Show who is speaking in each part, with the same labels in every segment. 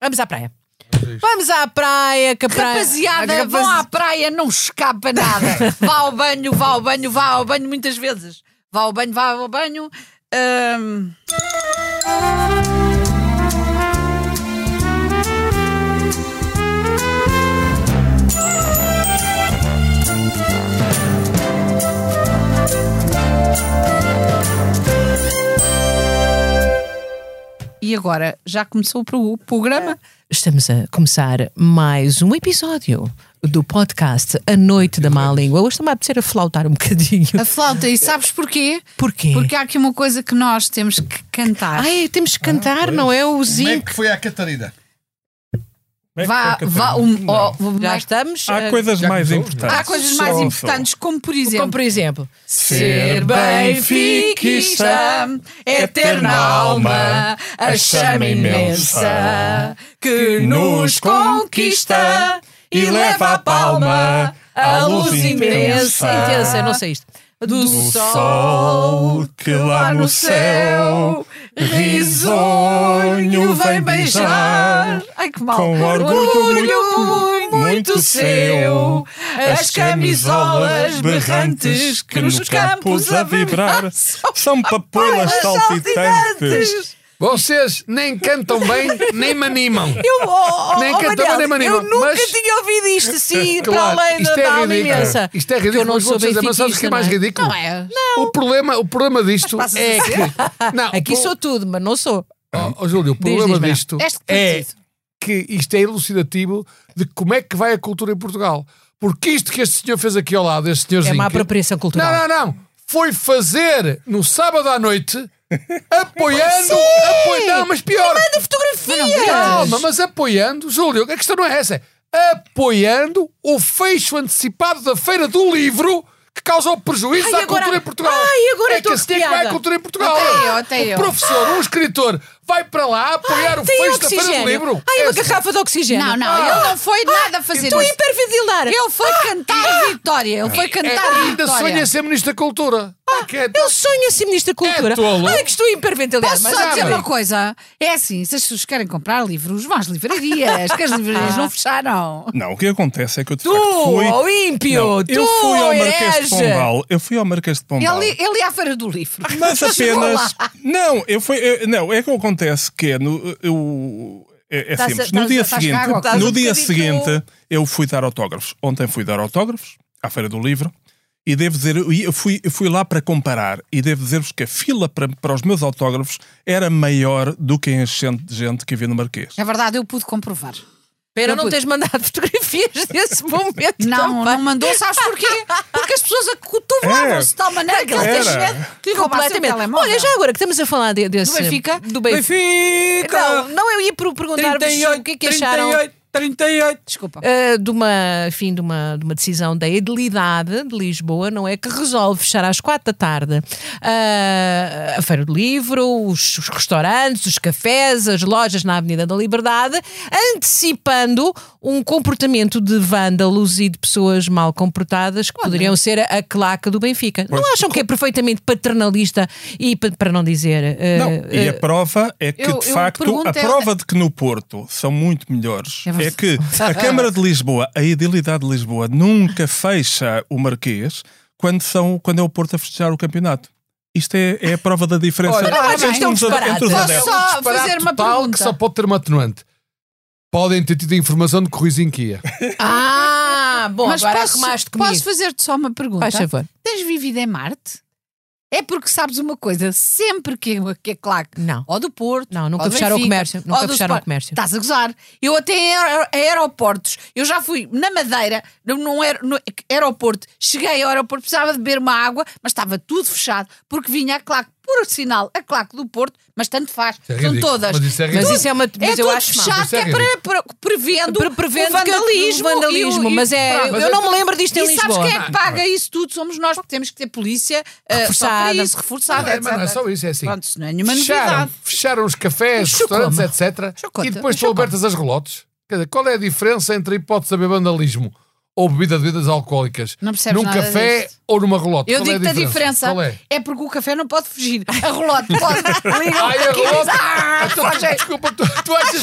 Speaker 1: Vamos à praia. Vamos à praia, que a praia.
Speaker 2: Rapaziada,
Speaker 1: Ah, que
Speaker 2: vão
Speaker 1: rapaz-
Speaker 2: à praia, não escapa nada. Vá ao banho, vá ao banho, vá ao banho muitas vezes. Vá ao banho, vá ao banho. Ahm, E agora já começou o pro- o programa.
Speaker 1: Estamos a começar mais um episódio do podcast A Noite da Má Língua. Hoje também apetecer a flautar um bocadinho.
Speaker 2: A flauta, e sabes porquê?
Speaker 3: É.
Speaker 1: Porquê?
Speaker 2: Porque há aqui uma coisa que nós temos que cantar.
Speaker 1: Ai, temos que cantar, não é? O
Speaker 4: Como é
Speaker 1: zinco.
Speaker 4: que foi a Catarina?
Speaker 3: é
Speaker 2: Vá, vá, um, ó,
Speaker 4: é
Speaker 1: Já
Speaker 2: mas
Speaker 1: estamos.
Speaker 3: Há
Speaker 1: eh,
Speaker 3: coisas
Speaker 4: Já
Speaker 3: mais
Speaker 4: começou?
Speaker 3: importantes.
Speaker 2: há coisas mais
Speaker 3: Ouçam.
Speaker 2: importantes, como por exemplo.
Speaker 1: Como por exemplo.
Speaker 3: Ser benfiquista,
Speaker 2: é
Speaker 3: é
Speaker 2: eterna
Speaker 3: alma, a chama imensa que nos conquista e leva à palma a luz
Speaker 4: Ah.
Speaker 3: imensa.
Speaker 1: Intensa, eu não sei isto. Do,
Speaker 3: do sol que lá no céu risonho vem beijar
Speaker 2: Ai que mal.
Speaker 3: com orgulho
Speaker 2: Orgulho
Speaker 3: muito seu as camisolas berrantes que nos campos a vibrar são papoilas saltitantes
Speaker 4: Vocês nem cantam bem, nem me animam.
Speaker 1: Eu, oh, oh,
Speaker 4: Nem
Speaker 1: oh,
Speaker 4: canta,
Speaker 1: Manel,
Speaker 4: nem maneira,
Speaker 1: eu nunca
Speaker 4: mas-
Speaker 1: tinha ouvido isto assim,
Speaker 4: Claro,
Speaker 1: para além
Speaker 4: isto
Speaker 1: da
Speaker 4: é
Speaker 1: alma
Speaker 4: ridículo.
Speaker 1: imensa.
Speaker 4: Isto é
Speaker 1: Porque
Speaker 4: ridículo,
Speaker 1: eu não
Speaker 4: mas
Speaker 1: sou
Speaker 4: vocês não sabes o que é mais
Speaker 1: benfiquista,
Speaker 4: ridículo?
Speaker 2: Não é?
Speaker 4: O problema, o problema disto
Speaker 2: Mas passas
Speaker 4: é
Speaker 2: a
Speaker 4: que. Não,
Speaker 1: não é? Aqui
Speaker 4: o pro-
Speaker 1: sou tudo, mas não sou.
Speaker 4: Oh, oh, Júlio, o problema
Speaker 1: diz, Manuel.
Speaker 4: disto
Speaker 2: Este
Speaker 4: é
Speaker 2: partido.
Speaker 4: que isto é elucidativo de como é que vai a cultura em Portugal. Porque isto que este senhor fez aqui ao lado, este
Speaker 1: É
Speaker 4: senhorzinho.
Speaker 1: uma
Speaker 4: que-
Speaker 1: apropriação cultural.
Speaker 4: Não, não, não. Foi fazer no sábado à noite apoiando. apoio- não, mas pior.
Speaker 1: Fotografia!
Speaker 4: Calma, mas apoiando, Júlio, a questão não é essa. é Apoiando o fecho antecipado da Feira do Livro que causou prejuízo
Speaker 1: Ai,
Speaker 4: à
Speaker 1: agora-
Speaker 4: cultura em Portugal.
Speaker 1: Ai, agora
Speaker 4: é
Speaker 1: estou
Speaker 4: que assim é que vai
Speaker 1: arrepiada.
Speaker 4: a cultura em Portugal.
Speaker 2: Até eu, até eu.
Speaker 4: Um professor, um escritor, vai para lá apoiar o
Speaker 1: Tem
Speaker 4: fecho da Feira do
Speaker 1: oxigênio.
Speaker 4: Livro.
Speaker 1: Ai, uma
Speaker 4: É- Ah,
Speaker 1: garrafa de oxigênio.
Speaker 2: Não,
Speaker 3: Ah.
Speaker 2: é assim. não, ele não foi nada fazer
Speaker 1: Estou a
Speaker 2: isso.
Speaker 1: hiperventilar.
Speaker 2: Ele foi cantar
Speaker 3: Ah.
Speaker 2: vitória. Ele foi
Speaker 4: é-
Speaker 2: cantar
Speaker 4: ainda sonha
Speaker 2: vitória.
Speaker 4: ser Ministro da Cultura.
Speaker 1: Ah,
Speaker 4: Porque é-
Speaker 1: Ele sonha ser ministro da cultura.
Speaker 4: É tolo.
Speaker 1: Ai, que estou a hiperventilar.
Speaker 2: Posso
Speaker 1: mas
Speaker 2: só dizer
Speaker 1: sabe.
Speaker 2: uma coisa? É assim, se as pessoas querem comprar livros, vão às livrarias, que as livrarias não fecharam.
Speaker 3: não o que acontece é que eu de
Speaker 4: Ah,
Speaker 1: Tu,
Speaker 3: facto fui
Speaker 1: ó ímpio,
Speaker 3: Não,
Speaker 1: tu,
Speaker 3: eu fui ao Marquês de
Speaker 1: herege.
Speaker 3: Pombal eu fui ao Marquês de Pombal
Speaker 2: Ele, ele ia à Feira do Livro.
Speaker 3: Mas
Speaker 2: Chegou
Speaker 3: apenas.
Speaker 2: lá.
Speaker 3: Não, eu fui. eu- não, é que acontece que é no. Eu, é é
Speaker 1: Estás a-
Speaker 3: simples.
Speaker 1: estás
Speaker 3: No
Speaker 1: a-
Speaker 3: dia
Speaker 2: estás cá
Speaker 3: seguinte,
Speaker 2: agora, estás
Speaker 3: no
Speaker 2: um
Speaker 3: dia
Speaker 2: bocadito-
Speaker 3: seguinte, eu fui dar autógrafos. Ontem fui dar autógrafos à Feira do Livro e devo dizer, eu ia- eu fui, eu fui lá para comparar e devo dizer-vos que a fila para, para os meus autógrafos era maior do que a enchente de gente que havia no Marquês.
Speaker 2: É verdade, eu pude comprovar.
Speaker 1: Pera, não
Speaker 2: pude.
Speaker 1: tens mandado fotografias desse momento. também.
Speaker 2: Não, não mandou, sabes porquê? Porque as
Speaker 4: É.
Speaker 2: pessoas
Speaker 1: É.
Speaker 2: acotovelavam-se de tal maneira que ele
Speaker 3: Era.
Speaker 2: tem gente que roubasse o
Speaker 1: Completamente.
Speaker 2: telemóvel.
Speaker 1: Olha, já agora que estamos a falar de- desse.
Speaker 2: Do Benfica?
Speaker 1: Do Benfica. Não, não, eu ia per- perguntar-vos o que é que acharam.
Speaker 2: 38. Desculpa.
Speaker 1: eh, de uma, enfim, de uma, de uma decisão da Edilidade de Lisboa, não é? Que resolve fechar às quatro da tarde ah, a Feira do Livro, os, os restaurantes, os cafés, as lojas na Avenida da Liberdade, antecipando um comportamento de vândalos e de pessoas mal comportadas que poderiam ser a, a claca do Benfica. não acham que é perfeitamente paternalista e, pa- para não dizer. eh,
Speaker 3: Não, e a prova é que,
Speaker 2: eu-
Speaker 3: de
Speaker 2: eu
Speaker 3: facto, a
Speaker 2: pergunto é-
Speaker 3: prova de que no Porto são muito melhores
Speaker 2: É
Speaker 3: é,
Speaker 2: verdade.
Speaker 3: que a Câmara de Lisboa, a Idilidade de Lisboa, nunca fecha o Marquês quando, são, quando é o Porto a festejar o campeonato. Isto é, é a prova da diferença
Speaker 4: Olha,
Speaker 1: Não, mas isto é um
Speaker 3: entre os
Speaker 1: disparate.
Speaker 3: adeptos.
Speaker 2: Posso
Speaker 4: É um
Speaker 2: só
Speaker 4: disparate
Speaker 2: fazer uma
Speaker 4: total
Speaker 2: pergunta?
Speaker 4: que só pode ter uma atenuante. Podem ter tido a informação de que o Ruizinho que ia.
Speaker 1: Ah, bom,
Speaker 2: Mas
Speaker 1: agora
Speaker 2: posso,
Speaker 1: arrumaste comigo.
Speaker 2: posso fazer-te só uma pergunta?
Speaker 1: Faz favor.
Speaker 2: Tens vivido em Marte? É porque sabes uma coisa, sempre que, que é claro.
Speaker 1: Não.
Speaker 2: Ou do Porto.
Speaker 1: Não, nunca
Speaker 2: ou do
Speaker 1: fecharam o
Speaker 2: Benfica,
Speaker 1: comércio,
Speaker 2: ou
Speaker 1: nunca
Speaker 2: do
Speaker 1: fecharam o
Speaker 2: Sport.
Speaker 1: comércio.
Speaker 2: Estás a gozar. Eu até em aer- aeroportos, eu já fui na Madeira, não, não era, no aeroporto, cheguei ao aeroporto, precisava de beber uma água, mas estava tudo fechado, porque vinha a claque, por sinal, a claque do Porto, mas tanto faz,
Speaker 4: é
Speaker 2: são
Speaker 4: ridículo,
Speaker 2: todas.
Speaker 4: mas isso é
Speaker 1: Mas
Speaker 4: Tudo.
Speaker 1: isso é uma. Mas eu
Speaker 2: tudo
Speaker 1: acho mal.
Speaker 2: fechado,
Speaker 4: Isso
Speaker 2: que
Speaker 4: é
Speaker 2: é para, para, prevendo,
Speaker 1: Pre- prevendo
Speaker 2: o vandalismo.
Speaker 1: que, o vandalismo
Speaker 2: e o-
Speaker 1: mas é,
Speaker 2: Pronto.
Speaker 4: mas
Speaker 1: eu
Speaker 4: é
Speaker 1: não me
Speaker 4: tudo-
Speaker 1: lembro disto em
Speaker 2: E sabes
Speaker 1: Lisboa.
Speaker 2: quem é que paga isso tudo? Somos nós, porque temos que ter polícia eh, Só
Speaker 1: Reforçada.
Speaker 2: para isso, reforçada.
Speaker 4: Mas não é
Speaker 2: etc.
Speaker 4: só isso, é assim.
Speaker 2: Pronto, isso não é nenhuma
Speaker 4: fecharam,
Speaker 2: novidade.
Speaker 4: fecharam os cafés,
Speaker 1: Chocou-me.
Speaker 4: restaurantes, etc.
Speaker 2: Chocou-te.
Speaker 4: E
Speaker 2: Chocou-me.
Speaker 4: depois estão abertas as relotes. Quer dizer, qual é a diferença entre a hipótese de haver vandalismo ou bebida de bebidas alcoólicas?
Speaker 2: Não percebes
Speaker 4: Num
Speaker 2: nada
Speaker 4: café
Speaker 2: disso.
Speaker 4: ou numa relota?
Speaker 2: Eu
Speaker 4: Qual é
Speaker 2: digo-te a diferença.
Speaker 4: Qual é?
Speaker 2: é porque o café não pode fugir. A relógio pode. Liga
Speaker 4: Ai, a
Speaker 2: aqui,
Speaker 4: relota!
Speaker 2: ah,
Speaker 4: Então,
Speaker 2: foge.
Speaker 4: desculpa, tu, tu achas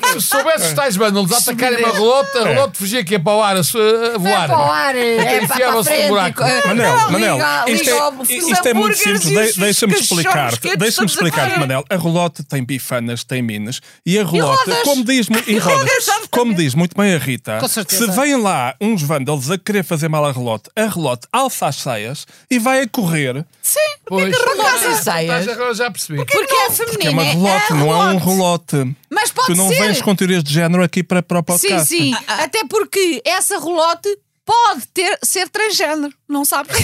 Speaker 4: que se soubesses tais bandos atacarem uma
Speaker 2: Subidez.
Speaker 4: relota, a relota fugia aqui é para o ar, a, su- a
Speaker 2: É para o
Speaker 4: voar.
Speaker 2: ar, é para- para a
Speaker 4: Enfiava-se no
Speaker 2: frente.
Speaker 4: buraco.
Speaker 2: eh,
Speaker 3: Manel,
Speaker 2: não,
Speaker 3: Manel,
Speaker 2: liga-
Speaker 3: isto,
Speaker 2: liga ao-
Speaker 3: é,
Speaker 2: os
Speaker 3: isto é muito
Speaker 2: hambúrgueres
Speaker 3: simples.
Speaker 2: e os-
Speaker 3: De- Deixa-me
Speaker 2: os
Speaker 3: explicar.
Speaker 2: churrasquetes
Speaker 3: Deixa-me
Speaker 2: todos a
Speaker 3: explicar-te,
Speaker 2: correr.
Speaker 3: Manel. A relote tem bifanas, tem minas. E a relote,
Speaker 2: rodas.
Speaker 3: como diz, mu- e rodas, como diz muito bem a Rita,
Speaker 2: Com
Speaker 3: se
Speaker 2: certeza.
Speaker 3: vêm lá uns vândalos a querer fazer mal à relote, a relote alça as saias e vai a correr.
Speaker 2: Sim,
Speaker 4: Pois.
Speaker 2: porque
Speaker 1: relota
Speaker 2: relota
Speaker 1: sem
Speaker 2: sai.
Speaker 1: saias?
Speaker 4: Estás agora já percebi.
Speaker 2: Porque é feminina.
Speaker 3: Que é uma relote, não é um relote.
Speaker 2: Mas pode
Speaker 3: Tu não
Speaker 2: ser.
Speaker 3: vens com teorias de género aqui para, para o
Speaker 2: Sim,
Speaker 3: podcast.
Speaker 2: sim. Até porque essa relote pode ter, ser transgénero, não sabes?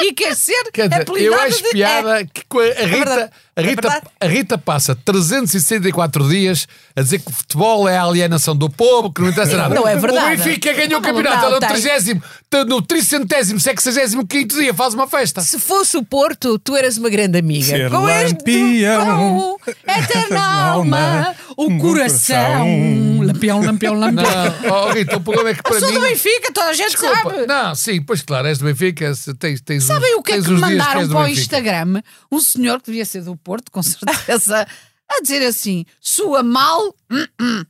Speaker 2: e quer ser
Speaker 4: Quer dizer,
Speaker 2: apelidada
Speaker 4: eu acho
Speaker 2: de- É
Speaker 4: piada que co- a Rita,
Speaker 1: verdade.
Speaker 4: a, Rita,
Speaker 1: verdade.
Speaker 4: a Rita passa 364 dias a dizer que o futebol é a alienação do povo, que não interessa nada.
Speaker 1: Não é verdade.
Speaker 4: O Benfica ganhou o campeonato,
Speaker 1: Não,
Speaker 4: está no
Speaker 1: tem.
Speaker 4: 30º, está no 365 quinto dia, faz uma festa.
Speaker 1: Se fosse o Porto, tu eras uma grande amiga.
Speaker 3: Ser
Speaker 1: Com este
Speaker 3: lampião.
Speaker 4: um
Speaker 1: com Até na
Speaker 3: Na
Speaker 1: alma,
Speaker 3: alma,
Speaker 1: o
Speaker 3: no
Speaker 1: coração.
Speaker 3: coração.
Speaker 1: Lampião, lampião, lampião.
Speaker 4: Não, oh, Rita, o problema é que para
Speaker 2: Eu sou
Speaker 4: mim.
Speaker 2: do Benfica, toda a gente
Speaker 4: Desculpa.
Speaker 2: sabe.
Speaker 4: Não, sim, pois claro, és do Benfica, se tens, tens
Speaker 2: Sabem
Speaker 4: uns-
Speaker 2: o que é
Speaker 4: tens
Speaker 2: que
Speaker 4: uns dias
Speaker 2: mandaram
Speaker 4: és do
Speaker 2: para o
Speaker 4: Benfica.
Speaker 2: Instagram? Um senhor que devia ser do Porto, com certeza, a dizer assim: sua mal, hum,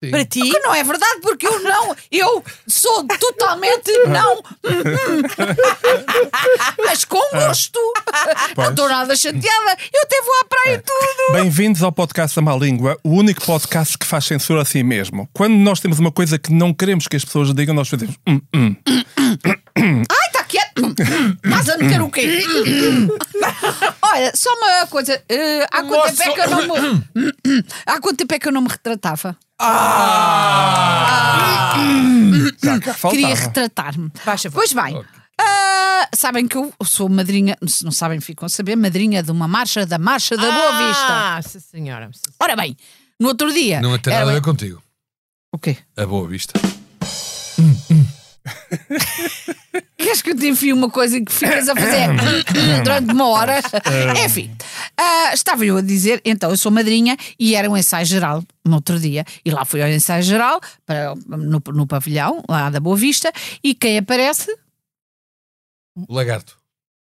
Speaker 4: Sim.
Speaker 1: Para ti,
Speaker 2: que não é verdade, porque eu não, eu sou totalmente não. hum, Mas com
Speaker 4: Ah.
Speaker 2: gosto. Não estou nada chateada, eu até vou à praia
Speaker 4: Ah.
Speaker 2: e tudo.
Speaker 3: Bem-vindos ao podcast da Má Língua, o único podcast que faz censura a si mesmo. Quando nós temos uma coisa que não queremos que as pessoas digam, nós fazemos. "Hum, hum."
Speaker 2: Ai, está quieto. Hum, Estás a meter o quê? Hum, Olha, só uma coisa. eh, há, quanto tempo é que eu não
Speaker 4: Hum.
Speaker 2: me... há quanto tempo é que eu não me retratava?
Speaker 3: Já cá
Speaker 2: Queria
Speaker 3: faltava.
Speaker 2: retratar-me.
Speaker 1: Baixa a voz.
Speaker 2: Pois bem. ah, sabem que eu sou madrinha, se não sabem, ficam a saber, madrinha de uma marcha da Marcha da Boa Vista.
Speaker 1: Ah, sim, senhora. sim,
Speaker 2: Ora bem, no outro dia.
Speaker 4: Não tem
Speaker 2: era-
Speaker 4: nada a ver contigo.
Speaker 2: O quê?
Speaker 4: A boa vista.
Speaker 2: Queres que eu te enfie uma coisa que ficas a fazer durante uma hora? Enfim, ah, estava eu a dizer, então eu sou madrinha e era um ensaio geral no outro dia. E lá fui ao ensaio geral para, no, no pavilhão, lá da Boa Vista, e quem aparece?
Speaker 4: O lagarto.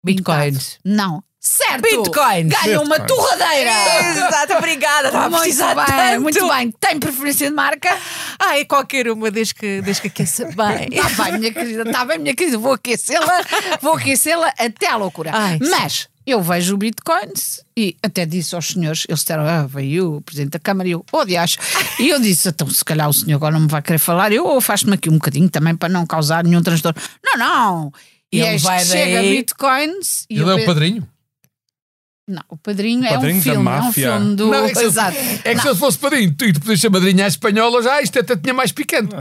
Speaker 1: Bitcoins.
Speaker 2: Não. Certo!
Speaker 1: Bitcoins.
Speaker 2: Ganha uma
Speaker 3: Bitcoins.
Speaker 2: torradeira!
Speaker 1: Exato, obrigada. Estava a
Speaker 2: Muito
Speaker 1: precisar
Speaker 2: bem,
Speaker 1: tanto.
Speaker 2: muito bem. Tem preferência de marca?
Speaker 1: Ai, qualquer uma, desde que, desde que aqueça bem.
Speaker 2: Está Ah, tá bem, minha querida, está bem, minha querida. Vou aquecê-la, vou aquecê-la até à loucura.
Speaker 1: Ai, sim.
Speaker 2: Mas eu vejo o Bitcoin e até disse aos senhores, eles disseram, ah, veio o Presidente da Câmara e eu, oh, diacho. E eu disse, então se calhar o senhor agora não me vai querer falar, eu afasto-me aqui um bocadinho também para não causar nenhum transtorno. Não, não. E
Speaker 1: Ele
Speaker 2: este
Speaker 1: vai
Speaker 2: chega
Speaker 1: daí-
Speaker 2: Bitcoins e
Speaker 4: Ele
Speaker 2: eu
Speaker 4: é o
Speaker 2: penso-
Speaker 4: padrinho.
Speaker 2: Não, o padrinho,
Speaker 3: padrinho
Speaker 2: é um
Speaker 3: da
Speaker 2: filme, é um
Speaker 3: máfia.
Speaker 2: filme do...
Speaker 4: Não, é que se-
Speaker 2: Exato.
Speaker 4: É que se ele fosse padrinho tu- e tu podias ser madrinha à espanhola, já isto até tinha mais picante.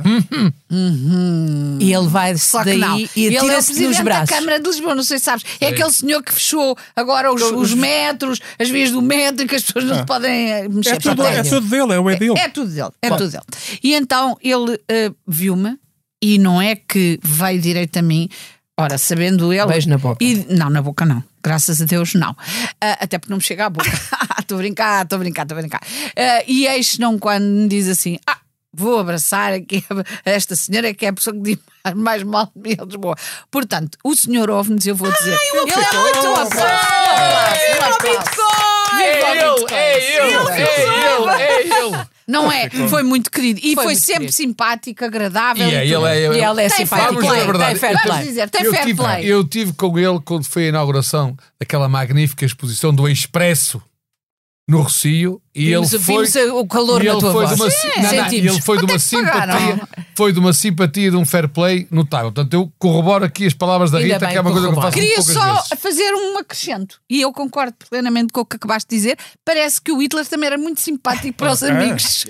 Speaker 4: Hum,
Speaker 1: E ele vai
Speaker 2: Só que
Speaker 1: daí
Speaker 2: não.
Speaker 1: e
Speaker 2: ele é o
Speaker 1: atira-se nos
Speaker 2: presidente da
Speaker 1: braços.
Speaker 2: Câmara de Lisboa, não sei se sabes. É aquele senhor que fechou agora os, os metros, as vias do metro, que as pessoas não se podem eh, mexer
Speaker 3: É
Speaker 2: para
Speaker 3: tudo, é
Speaker 2: trás.
Speaker 3: tudo dele, é o Edil.
Speaker 2: É tudo dele, é tudo dele. E então ele eh, viu-me e não é que veio direito a mim. Ora, sabendo ele.
Speaker 1: Beijo na boca.
Speaker 2: E, não, na boca não. Graças a Deus, não. Ah, até porque não me chega à boca. Estou a brincar, estou a brincar, estou a brincar. Ah, e eis não quando me diz assim: ah, vou abraçar aqui a- esta senhora que é a pessoa que diz mais- mais mal de mim em Lisboa. Portanto, o senhor ouve-nos, eu vou dizer. ele é muito aplauso.
Speaker 4: É ele, é ele, é ele, é ele.
Speaker 2: Não é? Foi muito querido. E foi,
Speaker 1: muito
Speaker 2: sempre
Speaker 1: querido.
Speaker 2: simpático, agradável.
Speaker 4: E é ele, é
Speaker 1: E
Speaker 4: ele.
Speaker 1: ela é
Speaker 2: Tem
Speaker 1: simpática.
Speaker 2: fair play,
Speaker 1: Tem
Speaker 4: verdade.
Speaker 1: fair
Speaker 2: Vamos
Speaker 1: play.
Speaker 2: dizer, tem
Speaker 4: eu,
Speaker 2: fair
Speaker 4: tive,
Speaker 2: play.
Speaker 4: eu tive com ele quando foi a inauguração daquela magnífica exposição do Expresso no Rocio e
Speaker 1: Vimos-
Speaker 4: ele foi.
Speaker 1: vimos o calor
Speaker 4: e
Speaker 1: na
Speaker 4: ele
Speaker 1: tua
Speaker 4: foi
Speaker 1: voz.
Speaker 4: De uma, si-
Speaker 1: Sim,
Speaker 4: não, não, e
Speaker 1: sentimos.
Speaker 4: ele foi de
Speaker 2: Quanto é
Speaker 4: uma
Speaker 2: que pagaram?
Speaker 4: simpatia, foi de uma simpatia e de um fair play notável. Portanto, eu corroboro aqui as palavras da
Speaker 1: Ainda
Speaker 4: Rita,
Speaker 1: bem
Speaker 4: que é uma
Speaker 1: que
Speaker 4: coisa que eu
Speaker 1: corroboro.
Speaker 4: faço
Speaker 2: Queria
Speaker 4: poucas
Speaker 2: só
Speaker 4: vezes.
Speaker 2: fazer um acrescento. E eu concordo plenamente com o que acabaste de dizer. Parece que o Hitler também era muito simpático para
Speaker 4: É.
Speaker 2: os amigos.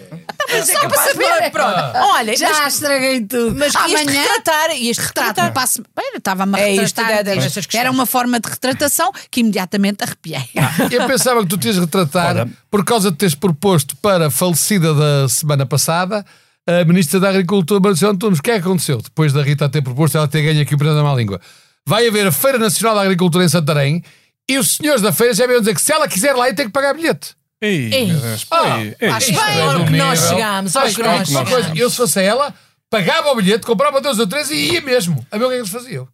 Speaker 2: só para saber.
Speaker 1: Olha,
Speaker 2: Já estraguei tudo.
Speaker 1: mas, mas ias-te
Speaker 2: amanhã.
Speaker 1: retratar, ias-te retratar.
Speaker 2: Retrato, passo, bem, eu estava-me a
Speaker 1: tá- É
Speaker 2: retratar.
Speaker 1: isto, é destas
Speaker 2: disto.
Speaker 1: questões.
Speaker 2: era uma forma de retratação que imediatamente arrepiei.
Speaker 4: Eu pensava que tu tinhas retratar
Speaker 3: Ora.
Speaker 4: por causa de teres proposto para a falecida da semana passada a Ministra da Agricultura, Marcelo Antunes. O que é que aconteceu? Depois da Rita ter proposto, ela ter ganho aqui o Prémio da Má Língua. Vai haver a Feira Nacional da Agricultura em Santarém e os senhores da feira já vieram dizer que se ela quiser lá, aí tem que pagar bilhete.
Speaker 2: é,
Speaker 3: Ei, meu Deus, peraí, ei.
Speaker 2: acho
Speaker 1: Bem,
Speaker 2: Ah, bem,
Speaker 1: ao
Speaker 4: Não,
Speaker 3: É
Speaker 1: que nós
Speaker 4: não.
Speaker 1: chegámos, ao
Speaker 4: Acho
Speaker 1: que
Speaker 4: bem
Speaker 1: nós
Speaker 4: que uma coisa,
Speaker 1: chegámos.
Speaker 4: eu se fosse ela, pagava o bilhete, comprava dois ou três e ia mesmo. A ver o que é que eles faziam.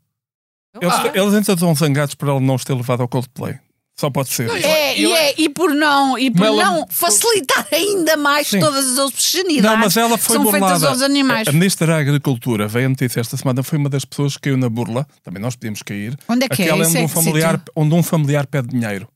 Speaker 3: Eles,
Speaker 2: Ah.
Speaker 3: eles ainda estão zangados por ele não os ter levado ao Coldplay. Só pode ser.
Speaker 2: É, e, é, e por não, e por
Speaker 4: Mas ela-
Speaker 2: não facilitar ainda mais
Speaker 3: Sim.
Speaker 2: todas as obscenidades
Speaker 3: Não, mas ela foi É,
Speaker 2: que são feitas
Speaker 3: burlada.
Speaker 2: aos animais.
Speaker 3: A Ministra da Agricultura veio a notícia esta semana, foi uma das pessoas que caiu na burla, também nós podíamos cair.
Speaker 2: Onde é que é?
Speaker 3: Aquela
Speaker 2: Isso é
Speaker 3: onde, um
Speaker 2: que
Speaker 3: familiar,
Speaker 2: sítio?
Speaker 3: onde um familiar pede dinheiro.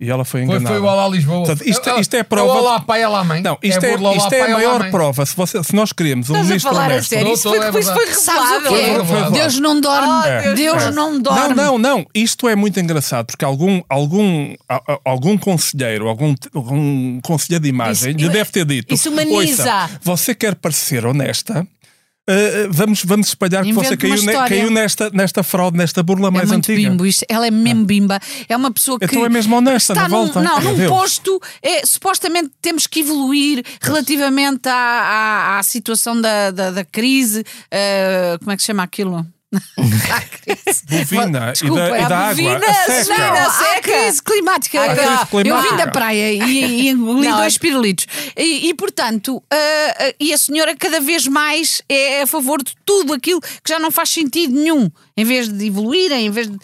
Speaker 3: E ela foi
Speaker 4: Foi,
Speaker 3: enganada.
Speaker 4: foi o Olá Lisboa.
Speaker 3: Portanto, isto-
Speaker 4: É-
Speaker 3: isto é
Speaker 4: é
Speaker 3: prova-
Speaker 4: o Olá pai, Olá mãe.
Speaker 3: Não, isto é,
Speaker 4: burla, Olá
Speaker 3: isto é
Speaker 4: pai,
Speaker 3: a
Speaker 4: Olá
Speaker 3: maior
Speaker 4: mãe.
Speaker 3: prova. Se, você- se nós queremos um
Speaker 1: Estás a
Speaker 3: ministro
Speaker 1: falar a
Speaker 3: honesto.
Speaker 1: sério?
Speaker 4: Não,
Speaker 1: Isso
Speaker 4: não,
Speaker 1: foi,
Speaker 4: é
Speaker 1: depois foi
Speaker 4: verdade.
Speaker 2: Sabes o
Speaker 1: revelado.
Speaker 2: que é?
Speaker 3: Foi revelado.
Speaker 2: Deus não dorme.
Speaker 1: Ah, Deus
Speaker 2: Deus
Speaker 1: não.
Speaker 2: não
Speaker 3: Não,
Speaker 2: dorme.
Speaker 3: não, não. Isto é muito engraçado, porque algum, algum, a- a- algum conselheiro, algum, algum conselheiro de imagem
Speaker 1: Isso-
Speaker 3: lhe deve ter dito:
Speaker 1: isso humaniza.
Speaker 3: "Ouça, você quer parecer honesta? eh, vamos, vamos espalhar que você
Speaker 2: Invente uma
Speaker 3: caiu, ne-
Speaker 2: história."
Speaker 3: caiu nesta, nesta fraude, nesta burla
Speaker 2: É
Speaker 3: mais
Speaker 2: muito
Speaker 3: antiga. Ah.
Speaker 2: bimbo isto. Ela é mesmo bimba. É uma pessoa que.
Speaker 3: Então é mesmo honesta,
Speaker 2: está
Speaker 3: na
Speaker 2: num,
Speaker 3: volta.
Speaker 2: Não,
Speaker 3: Meu
Speaker 2: num
Speaker 3: Deus.
Speaker 2: posto. É, supostamente temos que evoluir relativamente à, à, à situação da, da, da crise. eh, como é que se chama aquilo? À crise.
Speaker 3: Bovina
Speaker 2: Desculpa,
Speaker 3: e da,
Speaker 2: é
Speaker 3: e da
Speaker 1: a
Speaker 3: água.
Speaker 1: bovina,
Speaker 3: a seca.
Speaker 1: não,
Speaker 2: Não,
Speaker 1: a
Speaker 2: há
Speaker 1: seca.
Speaker 2: crise climática.
Speaker 1: Há crise
Speaker 2: Eu
Speaker 3: climática.
Speaker 2: vim da praia e, e engoli
Speaker 1: Não,
Speaker 2: dois
Speaker 1: é-
Speaker 2: pirulitos. E, e, portanto, ah, ah, e a senhora cada vez mais é a favor de tudo aquilo que já não faz sentido nenhum. Em vez de evoluírem, em vez de.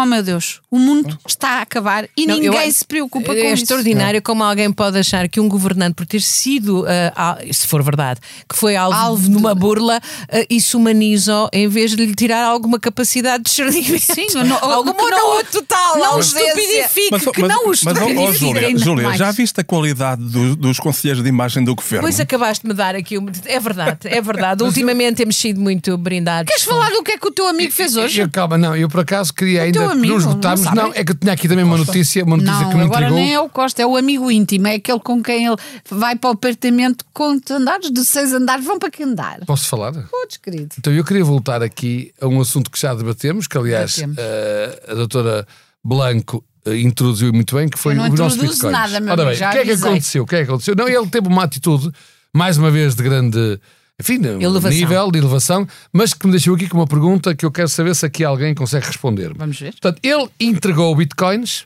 Speaker 2: Oh meu Deus, o mundo está a acabar e
Speaker 1: Não, eu
Speaker 2: ninguém
Speaker 1: acho-
Speaker 2: se preocupa
Speaker 1: É
Speaker 2: com isso.
Speaker 1: extraordinário como alguém pode achar que um governante, por ter sido, ah, al- se for verdade, que foi alvo,
Speaker 2: Alvo
Speaker 1: de uma burla, ah, isso humaniza em vez de lhe tirar alguma capacidade de discernimento.
Speaker 2: Sim, não-
Speaker 1: alguma
Speaker 2: que
Speaker 1: ou
Speaker 2: não-
Speaker 1: não, total.
Speaker 2: não
Speaker 1: ausência.
Speaker 2: estupidifique.
Speaker 3: Mas,
Speaker 2: que
Speaker 3: mas,
Speaker 2: não o
Speaker 3: mas, ó, ó,
Speaker 2: estupidifiquem
Speaker 3: Júlia,
Speaker 2: ainda
Speaker 3: Júlia,
Speaker 2: mais.
Speaker 3: já viste a qualidade do- dos conselheiros de imagem do governo?
Speaker 1: Pois
Speaker 2: é.
Speaker 1: acabaste de me dar aqui uma. É verdade, é verdade. Ultimamente temos sido muito brindados.
Speaker 2: Queres falar do que é que o teu amigo fez hoje?
Speaker 4: Eu, calma, não, eu por acaso queria
Speaker 2: teu
Speaker 4: ainda que
Speaker 2: amigo,
Speaker 4: nos
Speaker 2: não
Speaker 4: votarmos. Não,
Speaker 2: sabe?
Speaker 4: é que eu tinha aqui também uma notícia, uma notícia
Speaker 2: Não,
Speaker 4: que me
Speaker 2: agora
Speaker 4: intrigou.
Speaker 2: nem é o Costa, é o amigo íntimo, é aquele com quem ele vai para o apartamento com quantos andares, de seis andares, vão para que andar?
Speaker 4: Posso falar?
Speaker 2: Todos, querido.
Speaker 4: Então eu queria voltar aqui a um assunto que já debatemos, que aliás
Speaker 2: Debatemos.
Speaker 4: eh, a doutora Blanco eh, introduziu muito bem, que foi
Speaker 2: Eu não
Speaker 4: o nosso
Speaker 2: introduzo
Speaker 4: Bitcoin.
Speaker 2: nada, meu
Speaker 4: Ora bem,
Speaker 2: amigo, já
Speaker 4: o que é que
Speaker 2: avisei.
Speaker 4: aconteceu? O que é que aconteceu? Não, ele teve uma atitude, mais uma vez, de grande enfim,
Speaker 1: Elevação.
Speaker 4: nível de elevação, mas que me deixou aqui com uma pergunta que eu quero saber se aqui alguém consegue responder.
Speaker 2: Vamos ver.
Speaker 4: Portanto, ele entregou bitcoins,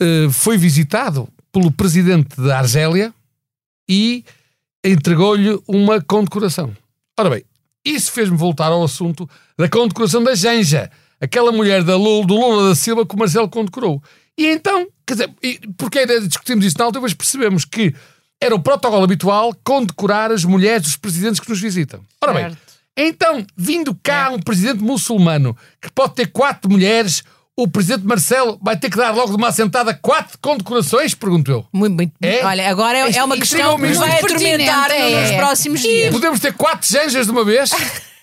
Speaker 4: eh, foi visitado pelo presidente da Argélia e entregou-lhe uma condecoração. Ora bem, isso fez-me voltar ao assunto da condecoração da Janja, aquela mulher da Lula, do Lula da Silva que o Marcelo condecorou. E então, quer dizer, e porque ainda discutimos isso na altura, mas percebemos que era o protocolo habitual condecorar as mulheres dos presidentes que nos visitam. Ora bem,
Speaker 2: Certo.
Speaker 4: então, vindo cá um presidente muçulmano que pode ter quatro mulheres, o presidente Marcelo vai ter que dar logo de uma assentada quatro condecorações? Pergunto eu.
Speaker 1: Muito, muito.
Speaker 4: É?
Speaker 1: Olha, agora é, é uma
Speaker 4: Isto
Speaker 1: questão que nos
Speaker 4: intrigou-me
Speaker 1: vai
Speaker 2: um muito.
Speaker 1: atormentar
Speaker 2: Pertinente,
Speaker 1: nos
Speaker 2: é.
Speaker 1: próximos dias.
Speaker 4: Podemos ter quatro janjas de uma vez?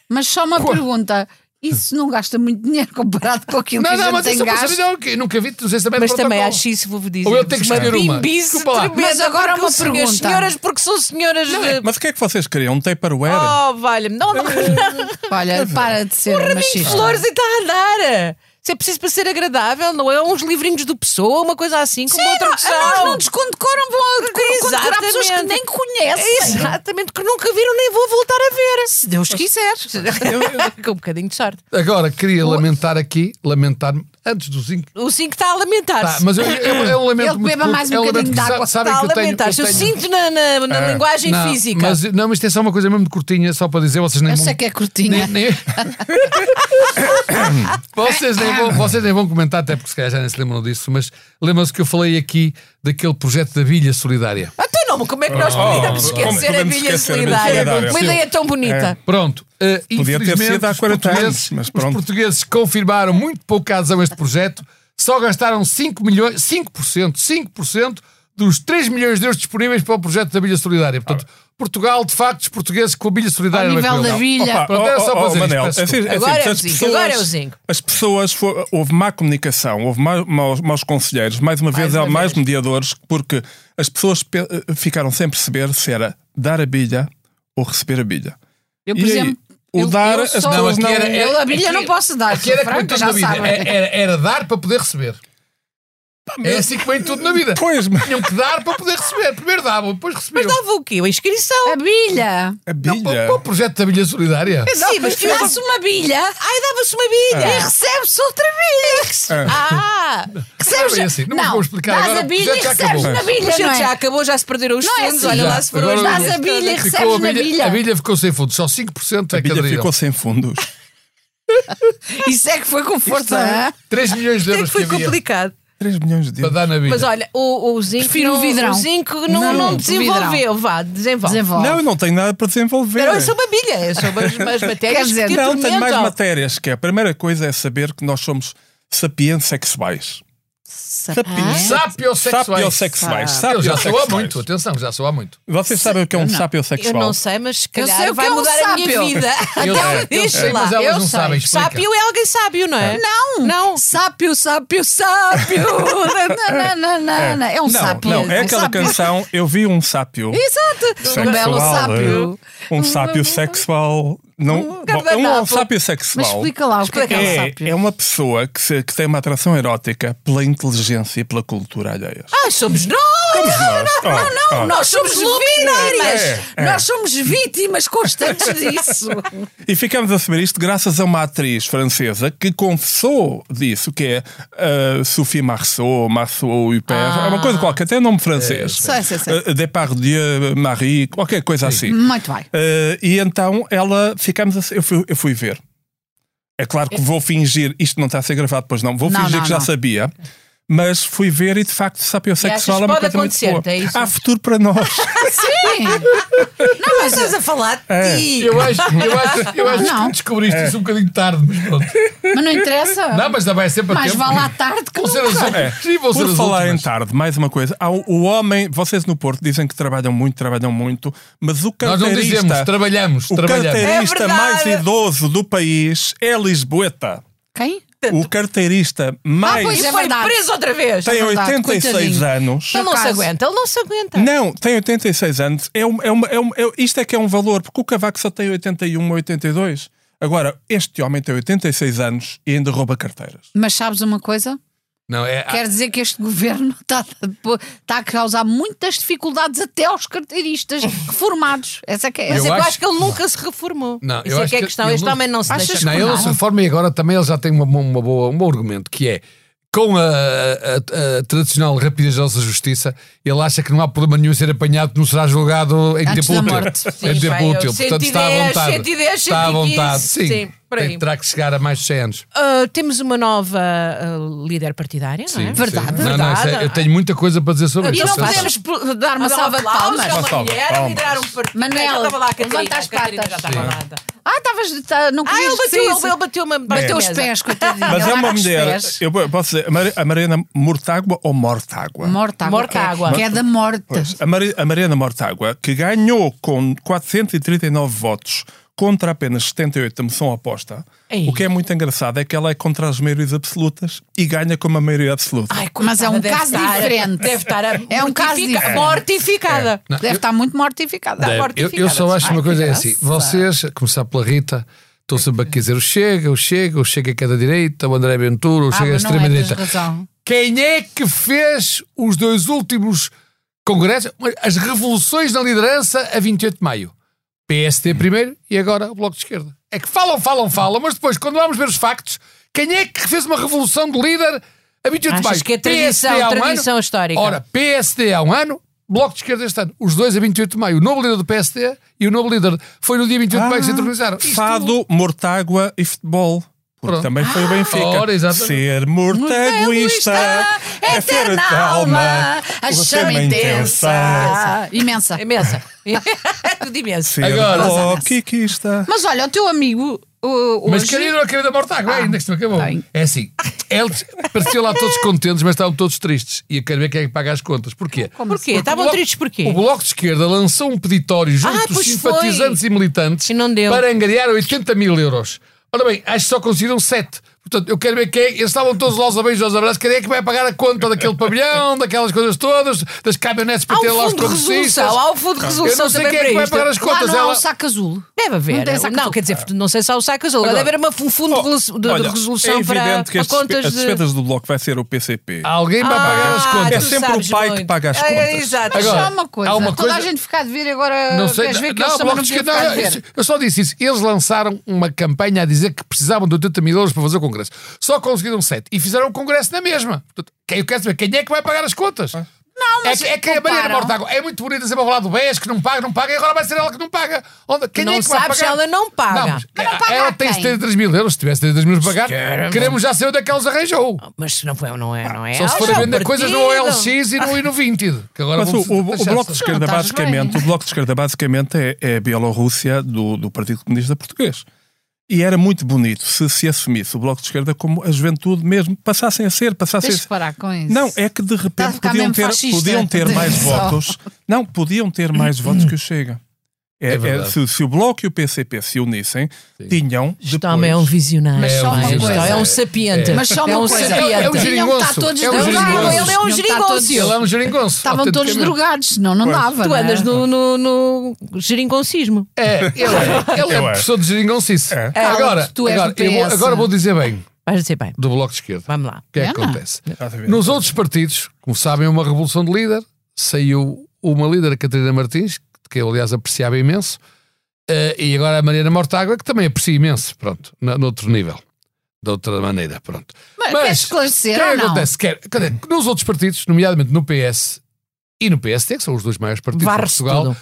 Speaker 2: Mas só uma pergunta: isso não gasta muito dinheiro comparado com aquilo que
Speaker 4: Não,
Speaker 2: a
Speaker 4: não,
Speaker 2: gente
Speaker 4: mas
Speaker 2: tem
Speaker 4: isso é uma
Speaker 2: gasto?
Speaker 4: servidão que nunca vi, não sei se também é
Speaker 1: Mas
Speaker 4: de
Speaker 1: também
Speaker 4: protocolo.
Speaker 1: acho isso, vou-vos dizer.
Speaker 4: Ou eu tenho que escolher uma.
Speaker 1: bimbice
Speaker 4: Desculpa lá.
Speaker 1: tremenda,
Speaker 2: Mas agora
Speaker 1: porque
Speaker 2: uma
Speaker 1: os senhores-
Speaker 2: pergunta.
Speaker 1: senhoras, porque são senhoras. de-
Speaker 3: Mas o que é que vocês queriam? Um Tupperware?
Speaker 1: Oh, valha-me. Não, não.
Speaker 2: Olha, para de ser
Speaker 1: Tem
Speaker 2: machista.
Speaker 1: flores e está a andar. Se é preciso para ser agradável, não é? Uns livrinhos do Pessoa, uma coisa assim, com
Speaker 2: Sim,
Speaker 1: uma outra
Speaker 2: não,
Speaker 1: opção.
Speaker 2: nós não descondecoram, vão decorar- condecorar pessoas que nem conhecem.
Speaker 1: Exatamente, que nunca viram nem vou voltar a ver. Se Deus quiser. com um bocadinho de sorte.
Speaker 4: Agora, queria lamentar aqui, lamentar-me, antes do zinco.
Speaker 1: O 5 está a lamentar-se.
Speaker 4: Tá, mas eu, eu, eu lamento
Speaker 2: Ele
Speaker 4: muito
Speaker 2: beba
Speaker 4: pouco,
Speaker 2: mais um
Speaker 4: eu
Speaker 2: bocadinho
Speaker 4: lamento
Speaker 2: de
Speaker 4: que sa-
Speaker 2: água,
Speaker 4: sabem
Speaker 1: está a
Speaker 4: que eu tenho-
Speaker 1: lamentar-se. Eu,
Speaker 4: tenho-
Speaker 1: sinto na, na- na
Speaker 3: Ah,
Speaker 1: linguagem
Speaker 4: não,
Speaker 1: física.
Speaker 4: Mas, não, mas isto é só uma coisa mesmo curtinha, só para dizer, vocês nem
Speaker 2: Eu
Speaker 4: vão-
Speaker 2: sei que é curtinha.
Speaker 4: nem- nem- vocês, nem vão, vocês nem vão comentar, até porque se calhar já nem se lembram disso, mas lembram-se que eu falei aqui daquele projeto da Vilha Solidária.
Speaker 1: Então, não, como é que nós podíamos
Speaker 3: oh, como
Speaker 1: esquecer a
Speaker 3: podemos
Speaker 1: Vilha
Speaker 3: esquecer a Vilha
Speaker 1: Solidária?
Speaker 3: Solidária?
Speaker 1: Uma ideia tão bonita.
Speaker 4: Pronto. eh,
Speaker 3: Podia ter
Speaker 4: infelizmente,
Speaker 3: sido há
Speaker 4: os
Speaker 3: 40 anos,
Speaker 4: portugueses-
Speaker 3: mas pronto.
Speaker 4: Os portugueses confirmaram muito pouca adesão a este projeto, só gastaram 5 milhões, 5%, 5% dos 3 milhões de euros disponíveis para o projeto da Bilha Solidária. Portanto, Portugal, de facto, os portugueses com a Bilha Solidária...
Speaker 2: Ao
Speaker 4: não é
Speaker 2: nível
Speaker 4: com
Speaker 2: da
Speaker 4: eles.
Speaker 2: vilha.
Speaker 4: Pronto, era só para dizer isto,
Speaker 3: Manel,
Speaker 4: peço
Speaker 3: é assim-
Speaker 4: desculpa.
Speaker 3: é assim,
Speaker 1: Agora é
Speaker 3: portanto,
Speaker 1: o
Speaker 3: as
Speaker 1: Zinco, agora
Speaker 3: pessoas-
Speaker 1: é o Zinco.
Speaker 3: As pessoas, fo- houve má comunicação, houve má, maus, maus conselheiros, mais uma vez
Speaker 1: uma
Speaker 3: há mais
Speaker 1: vez.
Speaker 3: mediadores, porque as pessoas pe- ficaram sem perceber se era dar a bilha ou receber a bilha.
Speaker 2: Eu,
Speaker 3: E
Speaker 2: por
Speaker 3: aí,
Speaker 2: exemplo,
Speaker 3: o
Speaker 2: eu-
Speaker 3: dar,
Speaker 2: eu
Speaker 3: as
Speaker 2: sou-
Speaker 3: pessoas não.
Speaker 4: Não,
Speaker 3: É
Speaker 4: aqui era- é
Speaker 2: Eu a bilha não posso dar,
Speaker 4: Aqui era
Speaker 2: sou franca,
Speaker 4: como
Speaker 2: já
Speaker 4: tudo na vida,
Speaker 2: sabem.
Speaker 4: É, era- era- era dar para poder receber.
Speaker 3: Pá,
Speaker 4: É
Speaker 3: mas-
Speaker 4: assim que vem tudo na vida.
Speaker 3: Pois, mas
Speaker 4: Tinham que dar para poder receber. Primeiro davam, depois
Speaker 1: Mas
Speaker 4: recebiam.
Speaker 1: dava o quê? A
Speaker 4: é-
Speaker 1: inscrição.
Speaker 2: A bilha.
Speaker 3: a
Speaker 4: Não, para,
Speaker 3: bilha.
Speaker 4: para o projeto da Bilha Solidária.
Speaker 1: Sim, mas tinha-
Speaker 2: Dá-se uma bilha
Speaker 1: Ai, dava-se uma bilha.
Speaker 2: e recebe-se outra bilha.
Speaker 3: É.
Speaker 1: Ah!
Speaker 2: Recebes...
Speaker 4: Não é bem assim, não vos vou explicar
Speaker 2: dás
Speaker 4: agora,
Speaker 2: a bilha
Speaker 4: já
Speaker 2: e
Speaker 4: já
Speaker 2: recebes
Speaker 4: acabou.
Speaker 2: na
Speaker 1: O
Speaker 2: bilha,
Speaker 1: projeto
Speaker 2: não é?
Speaker 1: já acabou, já se perderam os
Speaker 2: Não é
Speaker 1: fundos.
Speaker 2: assim.
Speaker 1: Olha
Speaker 4: Já.
Speaker 1: lá se foram
Speaker 4: Agora
Speaker 1: as
Speaker 4: dás
Speaker 1: bilhas
Speaker 2: a bilha
Speaker 1: todas.
Speaker 2: e recebes
Speaker 4: Ficou a
Speaker 2: na
Speaker 4: bilha,
Speaker 2: bilha.
Speaker 4: a bilha ficou sem fundo, só 5%
Speaker 3: A
Speaker 4: é que
Speaker 3: bilha
Speaker 4: aderiram.
Speaker 3: ficou sem fundos.
Speaker 2: Isso é que foi com força. né? hã?
Speaker 4: 3 milhões de
Speaker 1: Até É que
Speaker 4: euros que
Speaker 1: foi
Speaker 4: havia
Speaker 1: complicado.
Speaker 3: 3 milhões de
Speaker 4: para
Speaker 3: euros.
Speaker 4: dar na
Speaker 1: Mas
Speaker 4: bilha.
Speaker 1: olha, o, o Zinco.
Speaker 2: Prefiro
Speaker 1: não,
Speaker 2: o vidrão.
Speaker 1: o Zinco não, não,
Speaker 3: Não, o
Speaker 1: desenvolveu.
Speaker 2: vidrão.
Speaker 1: Vá, desenvolve.
Speaker 2: Desenvolve.
Speaker 3: Não, eu não tenho nada para desenvolver.
Speaker 1: Era só uma bilha, é só umas, umas matérias
Speaker 2: dizer,
Speaker 1: que te
Speaker 3: Não, tenho mais
Speaker 1: atormentam.
Speaker 3: matérias. Que é, a primeira coisa é saber que nós somos sapiens sexuais.
Speaker 4: é
Speaker 2: Ah,
Speaker 3: Sapiens.
Speaker 4: Sapiosexuais.
Speaker 3: Sapiosexuais.
Speaker 4: Eu já sou há
Speaker 3: Sapiosexuais.
Speaker 4: muito, atenção, já sou há muito.
Speaker 3: Vocês sabem o que é um
Speaker 1: Eu
Speaker 3: sapiosexual?
Speaker 1: não sei, mas se
Speaker 2: Eu
Speaker 1: calhar
Speaker 2: sei o que
Speaker 1: vai
Speaker 2: é um
Speaker 1: mudar a minha
Speaker 2: sápio.
Speaker 1: vida.
Speaker 4: Eu
Speaker 1: Até
Speaker 4: sei, eu
Speaker 1: diz
Speaker 4: sei,
Speaker 1: Então, lá.
Speaker 4: é. mas elas
Speaker 1: Eu
Speaker 4: não
Speaker 1: sei.
Speaker 4: sabem, explica.
Speaker 1: Sápio é alguém sábio, não é?
Speaker 2: Não.
Speaker 1: Não.
Speaker 2: Sápio, sápio, sápio. não, não, não, não, não. É um
Speaker 3: não,
Speaker 2: sápio.
Speaker 3: não, é
Speaker 2: um
Speaker 3: aquela
Speaker 2: sápio.
Speaker 3: canção. Eu vi um sápio.
Speaker 2: Exato.
Speaker 3: sexual,
Speaker 2: Um belo sápio. Hum.
Speaker 3: eh, Um sápio sexual. Não, bom, é um
Speaker 2: guardanapo.
Speaker 3: sápio
Speaker 2: Mas
Speaker 3: sexual.
Speaker 2: explica lá o que é que é um
Speaker 3: É,
Speaker 2: sápio.
Speaker 3: é uma pessoa que, se- que tem uma atração erótica pela inteligência e pela cultura alheias.
Speaker 1: Ah, somos nós.
Speaker 3: Somos nós.
Speaker 2: Não,
Speaker 3: Oh,
Speaker 2: não,
Speaker 3: oh.
Speaker 2: nós somos luminárias.
Speaker 3: É, é.
Speaker 2: Nós somos vítimas constantes disso.
Speaker 3: E ficamos a saber isto graças a uma atriz francesa que confessou disso, que é ah, Sophie Marceau, Marceau Huppert, é uma coisa qualquer, tem nome francês.
Speaker 2: Ah. Sei, sei, sei.
Speaker 3: Ah, Depardieu, Marie, qualquer coisa assim.
Speaker 2: Muito bem.
Speaker 3: Ah, e então ela ficamos a, eu, fui, eu fui ver. É claro que vou fingir, isto não está a ser gravado, pois não, vou
Speaker 2: Não,
Speaker 3: fingir
Speaker 2: não,
Speaker 3: que já
Speaker 2: não.
Speaker 3: sabia. Mas fui ver e de facto sapiosexual
Speaker 1: E achas
Speaker 3: é uma
Speaker 1: que pode
Speaker 3: coisa muito
Speaker 1: acontecer,
Speaker 3: boa.
Speaker 1: é isso?
Speaker 3: Há futuro para nós.
Speaker 2: Ah, Sim.
Speaker 1: Não, mas estás a falar de ti.
Speaker 4: Eu acho, eu acho, eu acho
Speaker 2: Não.
Speaker 4: que descobriste isso um bocadinho tarde, mas pronto.
Speaker 2: Mas não interessa.
Speaker 4: Não, mas ainda vai
Speaker 3: é
Speaker 4: sempre a
Speaker 2: Mais
Speaker 4: tempo.
Speaker 2: vá lá tarde que
Speaker 4: Vão ser
Speaker 2: nunca.
Speaker 4: as últimas. Sim, vão ser
Speaker 3: Por
Speaker 4: as
Speaker 3: falar em
Speaker 4: últimas.
Speaker 3: tarde, mais uma coisa. Há o, o homem, vocês no Porto dizem que trabalham muito, trabalham muito, mas o
Speaker 4: Nós
Speaker 3: carteirista,
Speaker 4: não dizemos, trabalhamos,
Speaker 3: o
Speaker 4: trabalhamos.
Speaker 3: carteirista
Speaker 1: É verdade.
Speaker 3: mais idoso do país é Lisboeta.
Speaker 2: Quem?
Speaker 3: O
Speaker 2: Ah,
Speaker 3: carteirista
Speaker 2: pois
Speaker 3: mais
Speaker 1: E
Speaker 2: é
Speaker 1: foi
Speaker 2: verdade.
Speaker 1: preso outra vez.
Speaker 3: tem
Speaker 2: verdade,
Speaker 3: 86
Speaker 2: coitadinho.
Speaker 3: anos.
Speaker 1: Ele não se
Speaker 2: acaso.
Speaker 1: aguenta, ele não se aguenta.
Speaker 3: Não, tem 86 anos. É um, é uma- é um- é- isto é que é um valor, porque o Cavaco só tem 81 ou 82. Agora, este homem tem 86 anos e ainda rouba carteiras.
Speaker 2: Mas sabes uma coisa?
Speaker 4: Não,
Speaker 1: Ah.
Speaker 4: é,
Speaker 2: Quer dizer que este governo está, está a causar muitas dificuldades até aos carteiristas reformados. Essa que é
Speaker 1: Mas eu,
Speaker 2: essa.
Speaker 4: Eu
Speaker 1: acho...
Speaker 4: acho-
Speaker 1: que ele nunca se reformou.
Speaker 4: Não,
Speaker 1: Isso
Speaker 4: eu
Speaker 1: é
Speaker 4: acho
Speaker 1: que é a
Speaker 4: que
Speaker 1: questão.
Speaker 4: ele
Speaker 1: Este
Speaker 4: não-
Speaker 1: homem não se
Speaker 2: Achas
Speaker 1: deixa
Speaker 2: que
Speaker 4: Não, ele
Speaker 1: reformar.
Speaker 4: se reforma e agora também ele já tem uma, uma boa, um bom argumento, que é com a, a- a- a tradicional rapidez da nossa justiça, ele acha que não há problema nenhum em ser apanhado, que não será julgado em
Speaker 2: Antes
Speaker 4: tempo
Speaker 2: da
Speaker 4: útil.
Speaker 2: morte.
Speaker 1: Sim,
Speaker 4: em
Speaker 1: vai,
Speaker 4: tempo
Speaker 1: eu-
Speaker 4: útil. Portanto, está à
Speaker 1: 110,
Speaker 4: vontade.
Speaker 1: 110,
Speaker 4: está à
Speaker 1: 115,
Speaker 4: vontade, sim.
Speaker 1: sim, por aí.
Speaker 4: Tem- Terá que chegar a mais de 100 anos.
Speaker 1: Ah, temos uma nova ah, líder partidária, não é?
Speaker 4: Sim,
Speaker 2: Verdade,
Speaker 4: sim. Não, não,
Speaker 1: verdade.
Speaker 4: isso é- eu tenho muita coisa para dizer sobre
Speaker 1: E
Speaker 4: isso.
Speaker 2: E não
Speaker 1: Sim, sim.
Speaker 2: podemos pl- dar é uma
Speaker 1: Uma
Speaker 2: salva de
Speaker 1: É
Speaker 2: palmas.
Speaker 3: Uma
Speaker 1: uma
Speaker 3: salva de
Speaker 1: mulher a
Speaker 3: palmas.
Speaker 1: liderar um partido.
Speaker 2: Manel,
Speaker 1: Já estava lá a Catarina.
Speaker 2: levanta as
Speaker 1: a Catarina já
Speaker 2: patas.
Speaker 1: estava lá.
Speaker 2: Ah, estavas. tá- não
Speaker 1: Ah, ele
Speaker 2: querias dizer
Speaker 1: bateu,
Speaker 2: isso.
Speaker 1: ele, ele bateu uma
Speaker 2: Bateu
Speaker 1: bateu
Speaker 2: os
Speaker 1: mesa.
Speaker 2: pés, coitadinho.
Speaker 3: Mas
Speaker 2: Ele
Speaker 3: é uma
Speaker 2: era os
Speaker 3: mulher.
Speaker 2: pés.
Speaker 3: Eu posso dizer, a Mari- a Mariana Mortágua ou Mortágua?
Speaker 2: É Morta água.
Speaker 1: Morta água.
Speaker 2: Que é da morte.
Speaker 3: Pois, a, Mari- a Mariana Mortágua, que ganhou com 439 votos contra apenas 78 da moção oposta,
Speaker 1: Ei.
Speaker 3: o que é muito engraçado é que ela é contra as maiorias absolutas e ganha com uma maioria absoluta.
Speaker 1: Ai,
Speaker 2: Mas é um
Speaker 1: coitada,
Speaker 2: caso
Speaker 1: deve estar-
Speaker 2: diferente.
Speaker 1: Deve estar a
Speaker 2: É um caso
Speaker 1: mortifica-
Speaker 2: diferente.
Speaker 1: mortificada.
Speaker 4: Não,
Speaker 2: Deve
Speaker 4: eu-
Speaker 2: estar muito mortificada.
Speaker 4: Deve. Eu, eu só acho uma coisa é assim: vocês, a começar pela Rita, estão sempre a dizer o chega, o chega, o chega que é da direita, o André Ventura, o
Speaker 2: Ah,
Speaker 4: chega da
Speaker 2: mas não é, tens
Speaker 4: extrema-direita.
Speaker 2: razão.
Speaker 4: Quem é que fez os dois últimos congressos, as revoluções na liderança a 28 de maio? PSD primeiro e agora o Bloco de Esquerda. É que falam, falam, falam, mas depois, quando vamos ver os factos, quem é que fez uma revolução de líder a 28 de
Speaker 1: Achas
Speaker 4: maio?
Speaker 1: que é tradição,
Speaker 4: PSD há um
Speaker 1: tradição histórica.
Speaker 4: Ora, PSD há um ano, Bloco de Esquerda este ano. Os dois a 28 de maio. O novo líder do PSD e o novo líder foi no dia 28 de maio que se internalizaram. Isto-
Speaker 3: Ah, Fado, Mortágua e futebol. Porque
Speaker 4: Pronto. Ah,
Speaker 3: também foi o Benfica.
Speaker 4: ora, exatamente.
Speaker 3: Ser mortaguista é ter
Speaker 2: Eterna
Speaker 3: a alma, é
Speaker 2: alma, a chama
Speaker 3: intensa.
Speaker 2: intensa. Imensa.
Speaker 1: Imensa. Tudo imenso.
Speaker 3: Ser
Speaker 4: Agora-
Speaker 3: bloquiquista.
Speaker 2: Mas olha, o teu amigo. o-
Speaker 4: Mas
Speaker 2: hoje-
Speaker 4: querido ou querida morta
Speaker 1: Ah,
Speaker 4: água, ainda que isto não acabou.
Speaker 2: bem.
Speaker 4: É assim, eles pareciam lá todos contentes, mas estavam todos tristes. E eu quero ver quem é que paga as contas. Porquê?
Speaker 1: Porquê?
Speaker 4: Porque
Speaker 1: assim? Estavam
Speaker 4: o Bloco-
Speaker 1: tristes porquê?
Speaker 4: O Bloco de Esquerda lançou um peditório junto
Speaker 1: Ah,
Speaker 4: dos
Speaker 1: pois
Speaker 4: simpatizantes e militantes
Speaker 1: E não deu.
Speaker 4: para angariar 80 mil euros. Ora bem, acho que só conseguiram 7. Portanto, eu quero ver quem. é. Eles estavam todos lá aos beijos aos abraços. Quem é que vai pagar a conta daquele pavilhão, daquelas coisas todas, das caminhonetes para
Speaker 1: Há
Speaker 4: ter
Speaker 1: um
Speaker 4: lá os
Speaker 1: fundo de
Speaker 4: congressistas?
Speaker 1: resolução, há um fundo de
Speaker 4: Eu
Speaker 1: resolução
Speaker 4: não sei
Speaker 1: também
Speaker 4: quem é que
Speaker 1: para
Speaker 4: vai
Speaker 1: isto.
Speaker 4: pagar as
Speaker 2: Lá
Speaker 4: contas.
Speaker 2: não há
Speaker 4: Ela-
Speaker 2: um saco azul.
Speaker 1: Deve haver.
Speaker 2: Não tem
Speaker 1: Não,
Speaker 2: saco azul.
Speaker 1: quer dizer, não sei se há o saco azul. Deve haver uma- um fundo de resolu- de, de
Speaker 3: Olha,
Speaker 1: resolução
Speaker 3: é
Speaker 1: para
Speaker 3: evidente que
Speaker 1: a
Speaker 3: as
Speaker 1: contas
Speaker 3: as
Speaker 1: de.
Speaker 3: despesas do bloco vai ser o PCP.
Speaker 4: Alguém vai pagar as
Speaker 1: Ah,
Speaker 4: contas.
Speaker 3: É
Speaker 1: tu
Speaker 3: sempre o
Speaker 1: sabes
Speaker 3: pai que
Speaker 1: muito.
Speaker 3: paga as
Speaker 1: É, é,
Speaker 3: contas.
Speaker 1: exato.
Speaker 2: Mas
Speaker 4: Agora,
Speaker 2: só uma coisa.
Speaker 4: há uma
Speaker 2: Toda
Speaker 4: coisa-
Speaker 2: a gente fica a dever agora.
Speaker 4: Não sei,
Speaker 2: queres ver que
Speaker 4: não,
Speaker 2: eles
Speaker 4: Bloco
Speaker 2: também não
Speaker 4: de
Speaker 2: deviam
Speaker 4: Esquerda,
Speaker 2: ficar a
Speaker 4: não,
Speaker 2: dever.
Speaker 4: isso- eu só disse isso. Eles lançaram uma campanha a dizer que precisavam de 80 mil euros para fazer o Congresso. Só conseguiram 7 e fizeram o Congresso na mesma. Portanto, quem- eu quero saber quem é que vai pagar as contas.
Speaker 2: Ah.
Speaker 4: Não,
Speaker 2: mas
Speaker 4: é, que- é que a Maria
Speaker 2: comparam.
Speaker 4: Mortágua é muito bonita sempre a falar do BES que não paga, não paga, e agora vai ser ela que não paga. Onde, quem
Speaker 1: Não
Speaker 4: é que vai
Speaker 1: sabes
Speaker 4: pagar?
Speaker 1: se ela não paga.
Speaker 2: Mas não paga
Speaker 4: ela
Speaker 2: a
Speaker 4: tem
Speaker 2: quem?
Speaker 4: 73 mil euros. Se tivesse 73 mil para pagar,
Speaker 1: Esquerda.
Speaker 4: queremos já saber onde é que ela os arranjou.
Speaker 1: Mas se não foi, não é, não é.
Speaker 4: Só se
Speaker 1: ela,
Speaker 4: for
Speaker 1: é
Speaker 4: a
Speaker 1: o
Speaker 4: vender coisas no
Speaker 1: partido.
Speaker 4: OLX e no, e no Vinted. Que agora
Speaker 3: Mas o,
Speaker 4: vão
Speaker 3: o- o
Speaker 4: deixar-se.
Speaker 3: bloco de esquerda
Speaker 2: Não, estás
Speaker 3: basicamente,
Speaker 2: bem.
Speaker 3: o bloco de esquerda basicamente é, é a Bielorrússia do, do Partido Comunista Português. E era muito bonito se se assumisse o bloco de esquerda como a juventude mesmo, passassem a ser, passassem a
Speaker 2: Deixa de
Speaker 3: ser.
Speaker 2: parar com isso.
Speaker 3: Não, é que de
Speaker 2: Está a
Speaker 3: repente
Speaker 2: ficar
Speaker 3: podiam
Speaker 2: mesmo
Speaker 3: ter,
Speaker 2: fascista.
Speaker 3: podiam ter mais
Speaker 2: Só.
Speaker 3: votos. Não, podiam ter mais votos que o Chega. É,
Speaker 4: É
Speaker 3: é,
Speaker 4: verdade.
Speaker 3: se, se o Bloco e o PCP se unissem, tinham
Speaker 1: Este homem é um
Speaker 3: depois...
Speaker 1: visionário.
Speaker 2: Mas só
Speaker 1: é,
Speaker 2: uma
Speaker 1: um
Speaker 2: coisa.
Speaker 1: visionário, é um sapiente.
Speaker 2: Mas só
Speaker 1: é
Speaker 2: uma
Speaker 1: um
Speaker 2: coisa.
Speaker 1: sapiente.
Speaker 4: É um geringonço.
Speaker 2: Tinham que estar todos
Speaker 4: É um
Speaker 2: drogados.
Speaker 4: geringonço.
Speaker 1: Ele é um
Speaker 2: Tinham que estar todos-
Speaker 1: geringonço.
Speaker 4: Ele é um geringonço.
Speaker 2: Estavam todos
Speaker 4: autenticamente.
Speaker 2: drogados, senão não
Speaker 3: Pois.
Speaker 2: dava.
Speaker 1: Tu
Speaker 2: não é?
Speaker 1: andas no, no, no geringoncismo.
Speaker 4: É, ele é, ele é
Speaker 3: Eu acho.
Speaker 4: professor de geringoncice.
Speaker 3: É.
Speaker 4: Agora,
Speaker 2: tu és um
Speaker 4: agora,
Speaker 2: do
Speaker 4: eu vou,
Speaker 2: PS.
Speaker 4: agora vou dizer bem
Speaker 1: Vais dizer bem,
Speaker 4: do Bloco de Esquerda.
Speaker 1: vamos lá.
Speaker 4: O que é que
Speaker 2: Ana.
Speaker 4: acontece?
Speaker 3: Exatamente.
Speaker 4: Nos outros partidos, como sabem, é uma revolução de líder. Saiu uma líder, a Catarina Martins, que eu, aliás, apreciava imenso, eh, e agora a Mariana Mortágua, que também aprecia imenso, pronto, na- noutro nível. De outra maneira, pronto.
Speaker 2: Mas queres esclarecer
Speaker 4: o que é
Speaker 2: ou
Speaker 4: que
Speaker 2: não?
Speaker 4: acontece? Quer, quer dizer, nos outros partidos, nomeadamente no PS e no PST, que são os dois maiores partidos de
Speaker 1: Varre-se
Speaker 4: Portugal,
Speaker 1: tudo.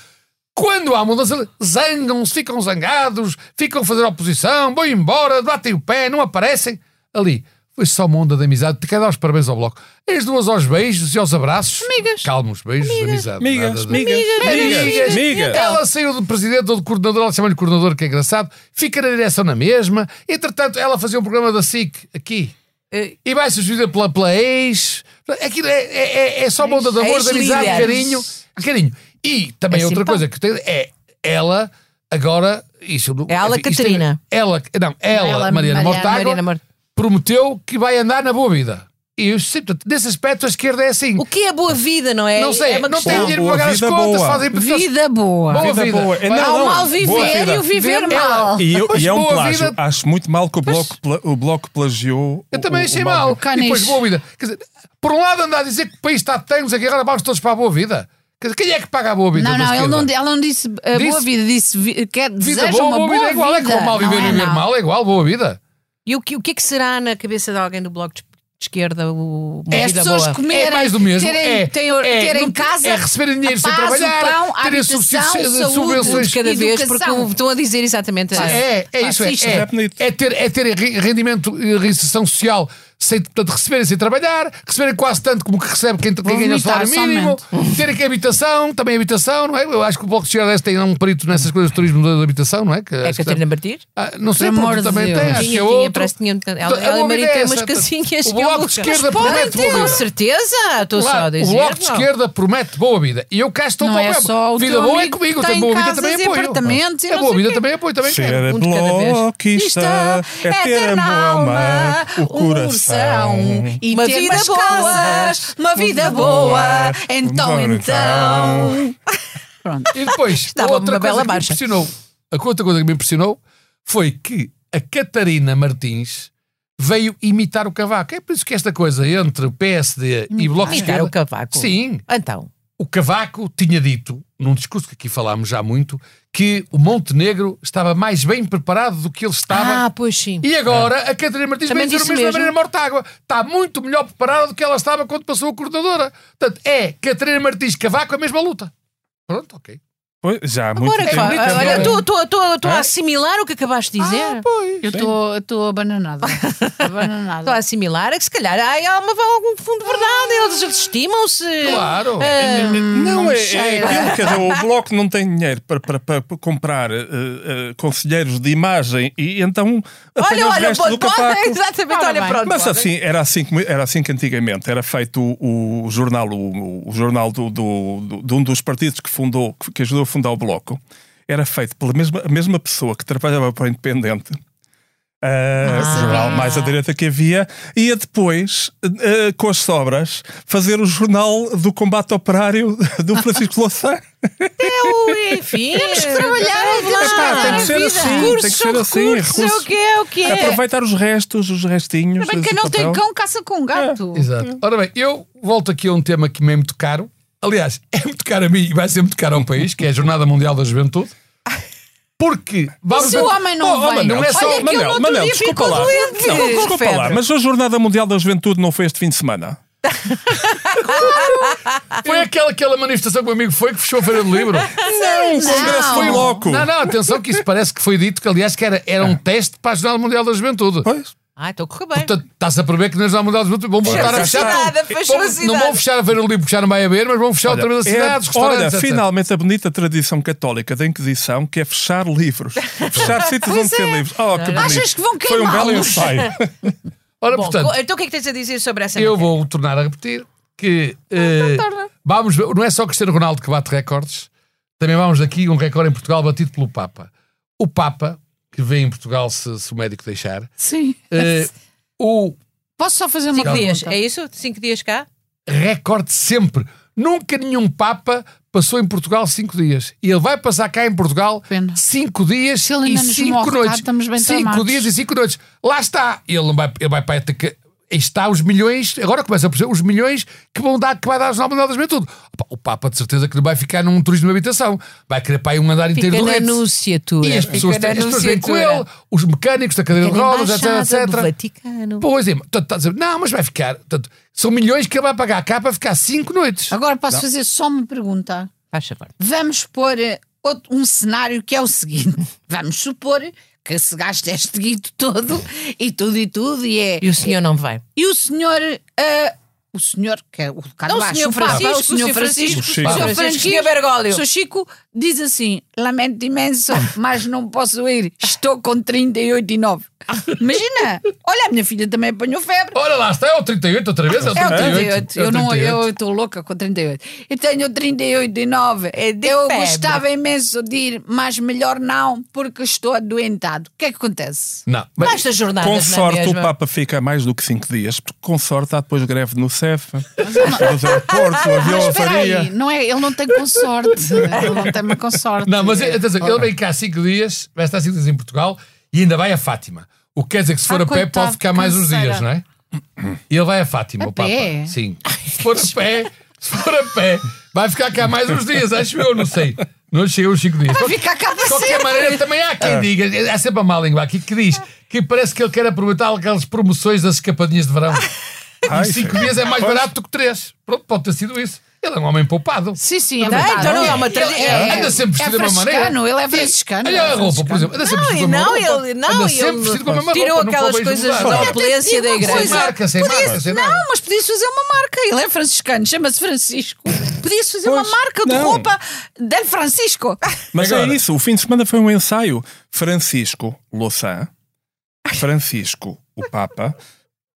Speaker 4: quando há mudança, zangam-se, ficam zangados, ficam a fazer oposição, vão embora, batem o pé, não aparecem. Ali, foi só uma onda de amizade. Te quero dar os parabéns ao Bloco. As duas aos beijos e aos abraços. Amigas. Calmos, beijos de amizade.
Speaker 3: Migas,
Speaker 4: nada de-
Speaker 3: migas, migas, migas.
Speaker 4: Ela saiu do presidente ou do coordenador, ela chama-lhe coordenador, que é engraçado, fica na direção na mesma. Entretanto, ela fazia um programa da SIC aqui
Speaker 1: Eh,
Speaker 4: e vai substituída pela, pela ex. Aquilo é, é, é- é só uma onda de amor, de amizade, um de
Speaker 1: Ex-líderes.
Speaker 4: carinho, de carinho. E também
Speaker 1: É
Speaker 4: outra
Speaker 1: simpão.
Speaker 4: coisa que tem é ela agora. Isso,
Speaker 1: É ela,
Speaker 4: enfim, isto tem-
Speaker 1: Catarina.
Speaker 4: ela, não, ela,
Speaker 2: Ela,
Speaker 4: Mariana
Speaker 2: Mariana-
Speaker 1: Mariana
Speaker 4: Mortágua,
Speaker 1: Mor-
Speaker 4: prometeu que vai andar na boa vida. E eu, sempre- portanto, nesse aspecto, a esquerda é assim.
Speaker 1: O que é boa vida, não é?
Speaker 4: Não sei,
Speaker 1: é uma
Speaker 4: não tem
Speaker 1: questão.
Speaker 4: dinheiro
Speaker 3: Boa
Speaker 4: para pagar as
Speaker 3: vida,
Speaker 4: contas,
Speaker 3: boa.
Speaker 4: fazem
Speaker 2: Vida boa.
Speaker 4: Boa
Speaker 3: Vida
Speaker 4: vida.
Speaker 3: boa. É,
Speaker 4: Vai-
Speaker 3: não,
Speaker 2: Há o
Speaker 3: não.
Speaker 2: um mal
Speaker 3: Boa
Speaker 2: viver
Speaker 3: vida.
Speaker 2: e o viver
Speaker 4: Ela-
Speaker 2: mal.
Speaker 3: E, eu-
Speaker 4: Pois,
Speaker 3: e é um
Speaker 4: boa
Speaker 3: plágio.
Speaker 4: vida.
Speaker 3: Acho muito mal que o bloco, pla- o bloco plagiou.
Speaker 4: Eu
Speaker 3: o-
Speaker 4: também
Speaker 3: o-
Speaker 4: achei
Speaker 3: o
Speaker 4: mal.
Speaker 2: Canis.
Speaker 4: E depois, boa vida. Quer dizer, por um lado, andar a dizer que o país está tangos aqui, agora vamos todos para a boa vida. Quer dizer, quem é que paga a boa vida?
Speaker 2: Não,
Speaker 4: da
Speaker 2: não, ele
Speaker 4: esquerda?
Speaker 2: não, di- ela não disse uh, boa
Speaker 4: Disse-
Speaker 2: vida, disse vi- quer
Speaker 4: Vida
Speaker 2: deseja
Speaker 4: boa,
Speaker 2: uma
Speaker 4: boa, vida é igual. É como mal
Speaker 2: não
Speaker 4: viver,
Speaker 2: é,
Speaker 4: viver
Speaker 2: não.
Speaker 4: mal, é igual, boa vida.
Speaker 1: E o que, o que é que será na cabeça de alguém do Bloco de esquerda o uma
Speaker 2: É as
Speaker 1: vida
Speaker 2: pessoas
Speaker 1: boa?
Speaker 2: comerem,
Speaker 4: é mais do mesmo.
Speaker 2: terem,
Speaker 4: é,
Speaker 2: terem, terem
Speaker 4: não-
Speaker 2: casa,
Speaker 4: é receber dinheiro
Speaker 2: a
Speaker 4: sem
Speaker 2: paz,
Speaker 4: trabalhar,
Speaker 2: o pão, a
Speaker 4: terem
Speaker 2: habitação,
Speaker 4: subsídios-
Speaker 2: saúde,
Speaker 4: subvenções.
Speaker 1: de cada vez, porque um
Speaker 2: educação.
Speaker 1: o- estão a dizer exatamente
Speaker 4: Sim, É, é isso, é,
Speaker 1: fascista.
Speaker 4: é,
Speaker 3: É bonito.
Speaker 4: é ter, é ter re- rendimento e reinserção social sem portanto, receberem sem trabalhar, receberem quase tanto como que recebe quem, quem
Speaker 2: Vou
Speaker 4: ganha o
Speaker 2: vomitar,
Speaker 4: salário mínimo, terem que habitação, também habitação, não é? Eu acho que o Bloco de Esquerda tem um perito nessas coisas de turismo da da habitação, não é? Que,
Speaker 1: É a
Speaker 4: acho que
Speaker 1: Catarina Martins?
Speaker 4: Ah, não sei,
Speaker 2: Pelo
Speaker 4: porque
Speaker 2: amor de
Speaker 4: também
Speaker 2: Deus.
Speaker 4: tem, acho que
Speaker 1: Tinha,
Speaker 4: é
Speaker 1: tinha,
Speaker 4: outro.
Speaker 1: parece que tinha. um Ela,
Speaker 4: Então, a
Speaker 1: ela e o
Speaker 4: boa
Speaker 1: marido
Speaker 4: vida é
Speaker 1: têm umas
Speaker 4: essa.
Speaker 1: casinhas
Speaker 4: O
Speaker 1: que eu
Speaker 4: Bloco de
Speaker 1: nunca- Mas
Speaker 4: Esquerda promete
Speaker 1: podem ter,
Speaker 4: boa
Speaker 1: Com
Speaker 4: vida.
Speaker 1: certeza, estou só a
Speaker 4: Claro, o
Speaker 1: dizer.
Speaker 4: Bloco de
Speaker 1: não.
Speaker 4: Esquerda promete boa vida. E eu cá estou
Speaker 2: Não
Speaker 4: com o
Speaker 2: é
Speaker 4: mesmo.
Speaker 2: só o
Speaker 4: Vida
Speaker 2: teu
Speaker 4: boa é
Speaker 2: amigo que
Speaker 4: comigo,
Speaker 2: tem
Speaker 4: tem boa vida
Speaker 2: casas
Speaker 4: também
Speaker 2: e
Speaker 4: apoio.
Speaker 2: apartamentos e
Speaker 4: A
Speaker 2: não
Speaker 4: boa
Speaker 2: sei
Speaker 4: vida
Speaker 2: quê.
Speaker 4: também apoio também.
Speaker 3: Ser
Speaker 1: um de cada vez.
Speaker 3: bloquista é ter a boa alma, um o coração.
Speaker 2: e
Speaker 1: Uma
Speaker 2: ter
Speaker 1: vida
Speaker 2: umas
Speaker 1: boa,
Speaker 2: casas, uma vida boa, então, então. Pronto.
Speaker 4: E depois,
Speaker 1: Dava
Speaker 4: outra
Speaker 1: uma
Speaker 4: coisa
Speaker 1: bela
Speaker 4: que
Speaker 1: marcha.
Speaker 4: me impressionou, a outra coisa que me impressionou foi que a Catarina Martins veio imitar o Cavaco. É por isso que esta coisa entre o PSD e Bloco
Speaker 1: Imitar
Speaker 4: de Esquerda...
Speaker 1: o cavaco.
Speaker 4: é Sim,
Speaker 1: Então,
Speaker 4: o Cavaco tinha dito, num discurso que aqui falámos já muito, que o Montenegro estava mais bem preparado do que ele estava.
Speaker 1: ah, pois sim.
Speaker 4: E agora a Catarina Martins
Speaker 1: É. Também
Speaker 4: vem dizer o
Speaker 1: disse
Speaker 4: mesmo
Speaker 1: mesmo.
Speaker 4: da Mariana Mortágua. Está muito melhor preparada do que ela estava quando passou a coordenadora. Portanto, é Catarina Martins Cavaco a mesma luta. Pronto, ok.
Speaker 3: Pois, já há muito
Speaker 1: Agora,
Speaker 3: tempo.
Speaker 1: fa- olha,
Speaker 4: não é?
Speaker 1: estou a assimilar o que acabaste de dizer.
Speaker 4: Ah, pois.
Speaker 2: Eu estou- eu estou abananada. Abananada.
Speaker 1: Estou a assimilar, é que se calhar ai, há uma, algum fundo de verdade, eles estimam-se.
Speaker 4: Claro.
Speaker 1: Ah,
Speaker 3: Não, é, é
Speaker 2: cheira.
Speaker 3: aquilo que o Bloco não tem dinheiro para, para, para comprar eh, eh, conselheiros de imagem e então
Speaker 1: olha,
Speaker 3: apanha os
Speaker 1: olha,
Speaker 3: restos do
Speaker 1: pode,
Speaker 3: capaco.
Speaker 1: exatamente,
Speaker 2: Ora
Speaker 1: olha,
Speaker 2: bem.
Speaker 1: pronto.
Speaker 3: Mas
Speaker 1: podem.
Speaker 3: assim, era assim, que, era assim que antigamente era feito o, o jornal, o, o jornal do, do- do- de um dos partidos que fundou, que- que ajudou a fundar o Bloco, era feito pela mesma, a mesma pessoa que trabalhava para o Independente, ah,
Speaker 1: Ah.
Speaker 3: o jornal mais à direita que havia, ia depois, ah, com as sobras, fazer o jornal do combate operário do Francisco Louçã.
Speaker 1: Eu, enfim. Temos que
Speaker 2: trabalhar,
Speaker 1: é,
Speaker 2: temos que
Speaker 3: Epá, tem que ser assim,
Speaker 1: Recursos
Speaker 3: tem que
Speaker 1: são
Speaker 3: ser assim,
Speaker 1: recursos, é o
Speaker 3: recursos.
Speaker 1: que é, o que é.
Speaker 3: Aproveitar os restos, os restinhos.
Speaker 2: Também quem
Speaker 3: esse
Speaker 2: não tem
Speaker 3: papel. É,
Speaker 2: cão caça com um gato.
Speaker 4: Exato. Ora bem, eu volto aqui a um tema que me é muito caro. Aliás, é muito caro a mim e vai ser muito caro ao país, que é a Jornada Mundial da Juventude. Porque vamos
Speaker 2: se o homem
Speaker 3: Oh,
Speaker 2: não vem?
Speaker 4: homem, não é só
Speaker 2: Olha que eu
Speaker 3: Manel,
Speaker 2: no outro
Speaker 3: Manel,
Speaker 2: dia
Speaker 3: desculpa
Speaker 2: fico
Speaker 3: lá.
Speaker 2: doente.
Speaker 3: Não,
Speaker 1: Fico com
Speaker 3: desculpa
Speaker 1: febre.
Speaker 3: lá, mas a Jornada Mundial da Juventude não foi este fim de semana?
Speaker 4: Foi aquela, aquela manifestação que o amigo foi que fechou a Feira do Livro.
Speaker 3: Não, o Congresso foi louco.
Speaker 4: Não, não, atenção que isso parece que foi dito que, aliás, que era, era um
Speaker 3: Ah.
Speaker 4: teste para a Jornada Mundial da Juventude.
Speaker 3: Pois.
Speaker 1: Ah, então correu bem.
Speaker 4: Portanto, está-se a prever que na Jornada Mundial da Juventude vão voltar a
Speaker 1: Fechou-se a
Speaker 4: fechar.
Speaker 1: cidade, fechou-se a
Speaker 4: Vão- não vão
Speaker 1: cidade.
Speaker 4: fechar a Feira do Livro, porque já não vai haver, mas vão fechar outra vez a cidade, os
Speaker 3: É, olha,
Speaker 4: restaurantes, etc.
Speaker 3: finalmente a bonita tradição católica da Inquisição que é fechar livros. Fechar sítios onde ser livros. Oh, que bonito.
Speaker 2: é. Achas que vão
Speaker 3: Foi um belo
Speaker 2: queimá-los?
Speaker 3: ensaio.
Speaker 4: Ora,
Speaker 1: Bom,
Speaker 4: portanto,
Speaker 1: então o que é que tens a dizer sobre essa
Speaker 4: Eu
Speaker 1: matéria?
Speaker 4: vou tornar a repetir que
Speaker 1: Ah, então
Speaker 4: eh, vamos, ver- não é só Cristiano Ronaldo que bate recordes, também vamos aqui um recorde em Portugal batido pelo Papa. O Papa, que vem em Portugal se, se o médico deixar,
Speaker 2: Sim.
Speaker 3: É,
Speaker 4: eh, o
Speaker 2: Posso só fazer uma
Speaker 1: Cinco dias,
Speaker 2: pergunta?
Speaker 1: é isso? Cinco dias cá?
Speaker 4: recorde sempre. Nunca nenhum Papa passou em Portugal cinco dias. E ele vai passar cá em Portugal
Speaker 2: Pena.
Speaker 4: cinco dias
Speaker 2: Se ele
Speaker 4: e
Speaker 2: ainda nos
Speaker 4: cinco
Speaker 2: morre,
Speaker 4: noites.
Speaker 2: cá estamos bem
Speaker 4: cinco
Speaker 2: tramados.
Speaker 4: dias e cinco noites. Lá está. Ele não vai, ele vai para a Itaca- Aí está os milhões, agora começa a perceber os milhões que vão dar, que vai dar as novas da juventude. Opa, O Papa de certeza que não vai ficar num turismo de habitação. Vai querer para aí um andar inteiro
Speaker 1: Fica
Speaker 4: do
Speaker 1: na
Speaker 4: Ritz.
Speaker 1: anunciatura.
Speaker 4: E as pessoas,
Speaker 1: Fica
Speaker 4: têm-
Speaker 1: na
Speaker 4: as pessoas vêm com
Speaker 1: anunciatura.
Speaker 4: ele, os mecânicos da cadeira de
Speaker 1: Fica na
Speaker 4: rodas, etc,
Speaker 1: embaixada do
Speaker 4: etc.
Speaker 1: Vaticano.
Speaker 4: Pois é, portanto, está a dizer, não, mas vai ficar. portanto, são milhões que ele vai pagar cá para ficar cinco noites.
Speaker 2: Agora posso fazer só uma pergunta.
Speaker 1: Faz favor.
Speaker 2: Vamos pôr eh, outro- um cenário que é o seguinte: vamos supor que se gasta este guito todo e tudo e tudo, e é.
Speaker 1: E o senhor não vai.
Speaker 2: E o senhor. eh, o senhor, que é o cá de
Speaker 1: Não, o
Speaker 2: baixo,
Speaker 1: senhor
Speaker 2: Papa,
Speaker 1: Francisco,
Speaker 2: o senhor Francisco,
Speaker 1: o senhor
Speaker 2: o senhor
Speaker 1: Francisco,
Speaker 2: Francisco,
Speaker 1: o senhor Bergoglio.
Speaker 2: o senhor Chico, diz assim: lamento imenso, mas não posso ir, estou com 38 e 9. Imagina, olha, a minha filha também apanhou febre,
Speaker 4: Ora lá está, é o 38 outra vez, é o
Speaker 2: é o
Speaker 4: 38.
Speaker 2: 38.
Speaker 4: é o
Speaker 2: Eu não,
Speaker 4: 38.
Speaker 2: eu estou louca com 38. Eu tenho 38 e 9.
Speaker 1: de
Speaker 2: É, eu
Speaker 1: febre.
Speaker 2: gostava imenso de ir, mas melhor não, porque estou adoentado. O que é que acontece?
Speaker 4: Não, mas-
Speaker 1: Basta jornadas,
Speaker 3: Com
Speaker 1: não é
Speaker 3: sorte o
Speaker 1: mesmo?
Speaker 3: Papa fica mais do que 5 dias, porque com sorte há depois greve no CEF, nos aeroportos, o avião a faria.
Speaker 2: Ah, não é, ele não tem consorte. ele não tem uma consorte.
Speaker 4: não, mas
Speaker 3: é.
Speaker 4: atenção, ele vem cá 5 dias, vai estar 5 dias em Portugal e ainda vai a Fátima. O que quer dizer que se for
Speaker 2: Ah,
Speaker 4: a pé
Speaker 2: coitado,
Speaker 4: pode ficar mais uns
Speaker 2: canseira.
Speaker 4: dias, não é? E ele vai a Fátima,
Speaker 2: A
Speaker 4: o Papa.
Speaker 2: pé?
Speaker 4: Sim. Se for a pé, se for a pé, vai ficar cá mais uns dias, acho eu, não sei. Não chegou os 5 dias.
Speaker 2: Vai ficar cá para
Speaker 4: De qualquer
Speaker 2: sempre.
Speaker 4: maneira, também há quem diga, há sempre a má língua aqui que diz que parece que ele quer aproveitar aquelas promoções das escapadinhas de verão.
Speaker 3: Ai,
Speaker 4: E 5
Speaker 3: sim.
Speaker 4: dias é mais barato do que 3. Pronto, pode ter sido isso. Ele é um homem poupado.
Speaker 2: Sim, sim, é
Speaker 1: Não,
Speaker 2: verdade.
Speaker 1: então não é uma tradição.
Speaker 2: é-
Speaker 4: Anda sempre vestido
Speaker 2: é
Speaker 4: de uma maneira.
Speaker 2: franciscano, Ele é franciscano.
Speaker 4: Olha a
Speaker 2: ele é
Speaker 4: roupa, por
Speaker 2: franciscano.
Speaker 4: exemplo. Anda sempre
Speaker 1: Não, e
Speaker 4: vestido com a
Speaker 1: não,
Speaker 4: mesma roupa.
Speaker 1: ele, não,
Speaker 4: Anda sempre vestido com a mesma
Speaker 1: ele tirou
Speaker 4: roupa, não
Speaker 1: aquelas
Speaker 4: convém
Speaker 1: coisas
Speaker 4: julgar.
Speaker 1: da
Speaker 4: Olha, é,
Speaker 1: opulência da
Speaker 2: digo uma
Speaker 4: Sem
Speaker 2: coisa.
Speaker 1: igreja.
Speaker 4: marca, sem
Speaker 2: Podia-
Speaker 4: marca, sem
Speaker 2: Não,
Speaker 4: nada.
Speaker 2: mas podia-se fazer uma marca. Ele é franciscano, chama-se Francisco. Podia-se fazer uma
Speaker 3: Pois,
Speaker 2: marca de
Speaker 3: não.
Speaker 2: roupa del Francisco.
Speaker 3: Mas
Speaker 4: Agora-
Speaker 3: é isso, o fim de semana foi um ensaio. Francisco Louçã, Francisco, o Papa,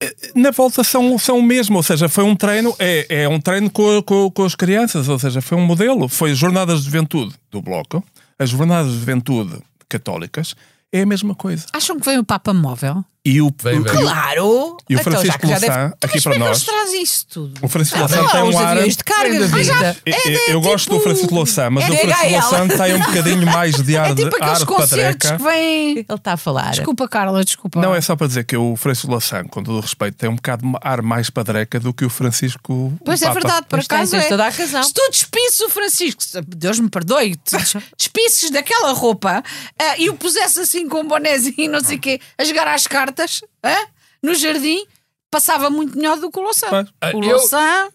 Speaker 3: eh, na volta são, são o mesmo, ou seja, foi um treino, é, é um treino com, com, com as crianças, ou seja, foi um modelo. Foi as Jornadas de Juventude do Bloco, as Jornadas de Juventude católicas, é a mesma coisa.
Speaker 2: Acham que vem o Papa Móvel?
Speaker 3: E o,
Speaker 4: Vem, vem.
Speaker 1: Claro!
Speaker 3: E o
Speaker 1: Então, já
Speaker 3: Francisco
Speaker 1: que já deve-
Speaker 3: Louçã, aqui para
Speaker 2: Eles
Speaker 3: nós,
Speaker 2: trazem isso tudo.
Speaker 3: o Francisco
Speaker 1: Ah,
Speaker 3: Louçã
Speaker 1: lá,
Speaker 3: tem
Speaker 1: os
Speaker 3: um ar.
Speaker 1: aviões de carga ah,
Speaker 4: Ainda
Speaker 1: de vida.
Speaker 3: Eu, É, eu- eu gosto do Francisco Louçã, mas
Speaker 1: é
Speaker 3: o Francisco
Speaker 1: DHL.
Speaker 3: Louçã tem um bocadinho mais de
Speaker 2: É
Speaker 3: ar
Speaker 2: tipo
Speaker 3: de ar
Speaker 2: aqueles
Speaker 3: de
Speaker 2: concertos
Speaker 3: padreca.
Speaker 2: que vêm.
Speaker 1: é Ele está a falar.
Speaker 2: Desculpa, Carla, desculpa.
Speaker 3: Não, é só para dizer que o Francisco Louçã, com todo o respeito, tem um bocado de ar mais padreca do que o Francisco. o
Speaker 2: Pois é
Speaker 3: Papa.
Speaker 2: verdade, por
Speaker 1: Pois tem,
Speaker 2: acaso
Speaker 1: tens
Speaker 2: é.
Speaker 1: toda a razão.
Speaker 2: Se tu despices o Francisco, se- Deus me perdoe, tu des- despices daquela roupa ah, e o pusesse assim com um bonézinho e não sei o quê, a jogar às cartas, ah, no jardim, passava muito melhor do que o Louçã.
Speaker 3: Pois.
Speaker 4: Ah,
Speaker 2: O
Speaker 4: eu-
Speaker 2: Louçã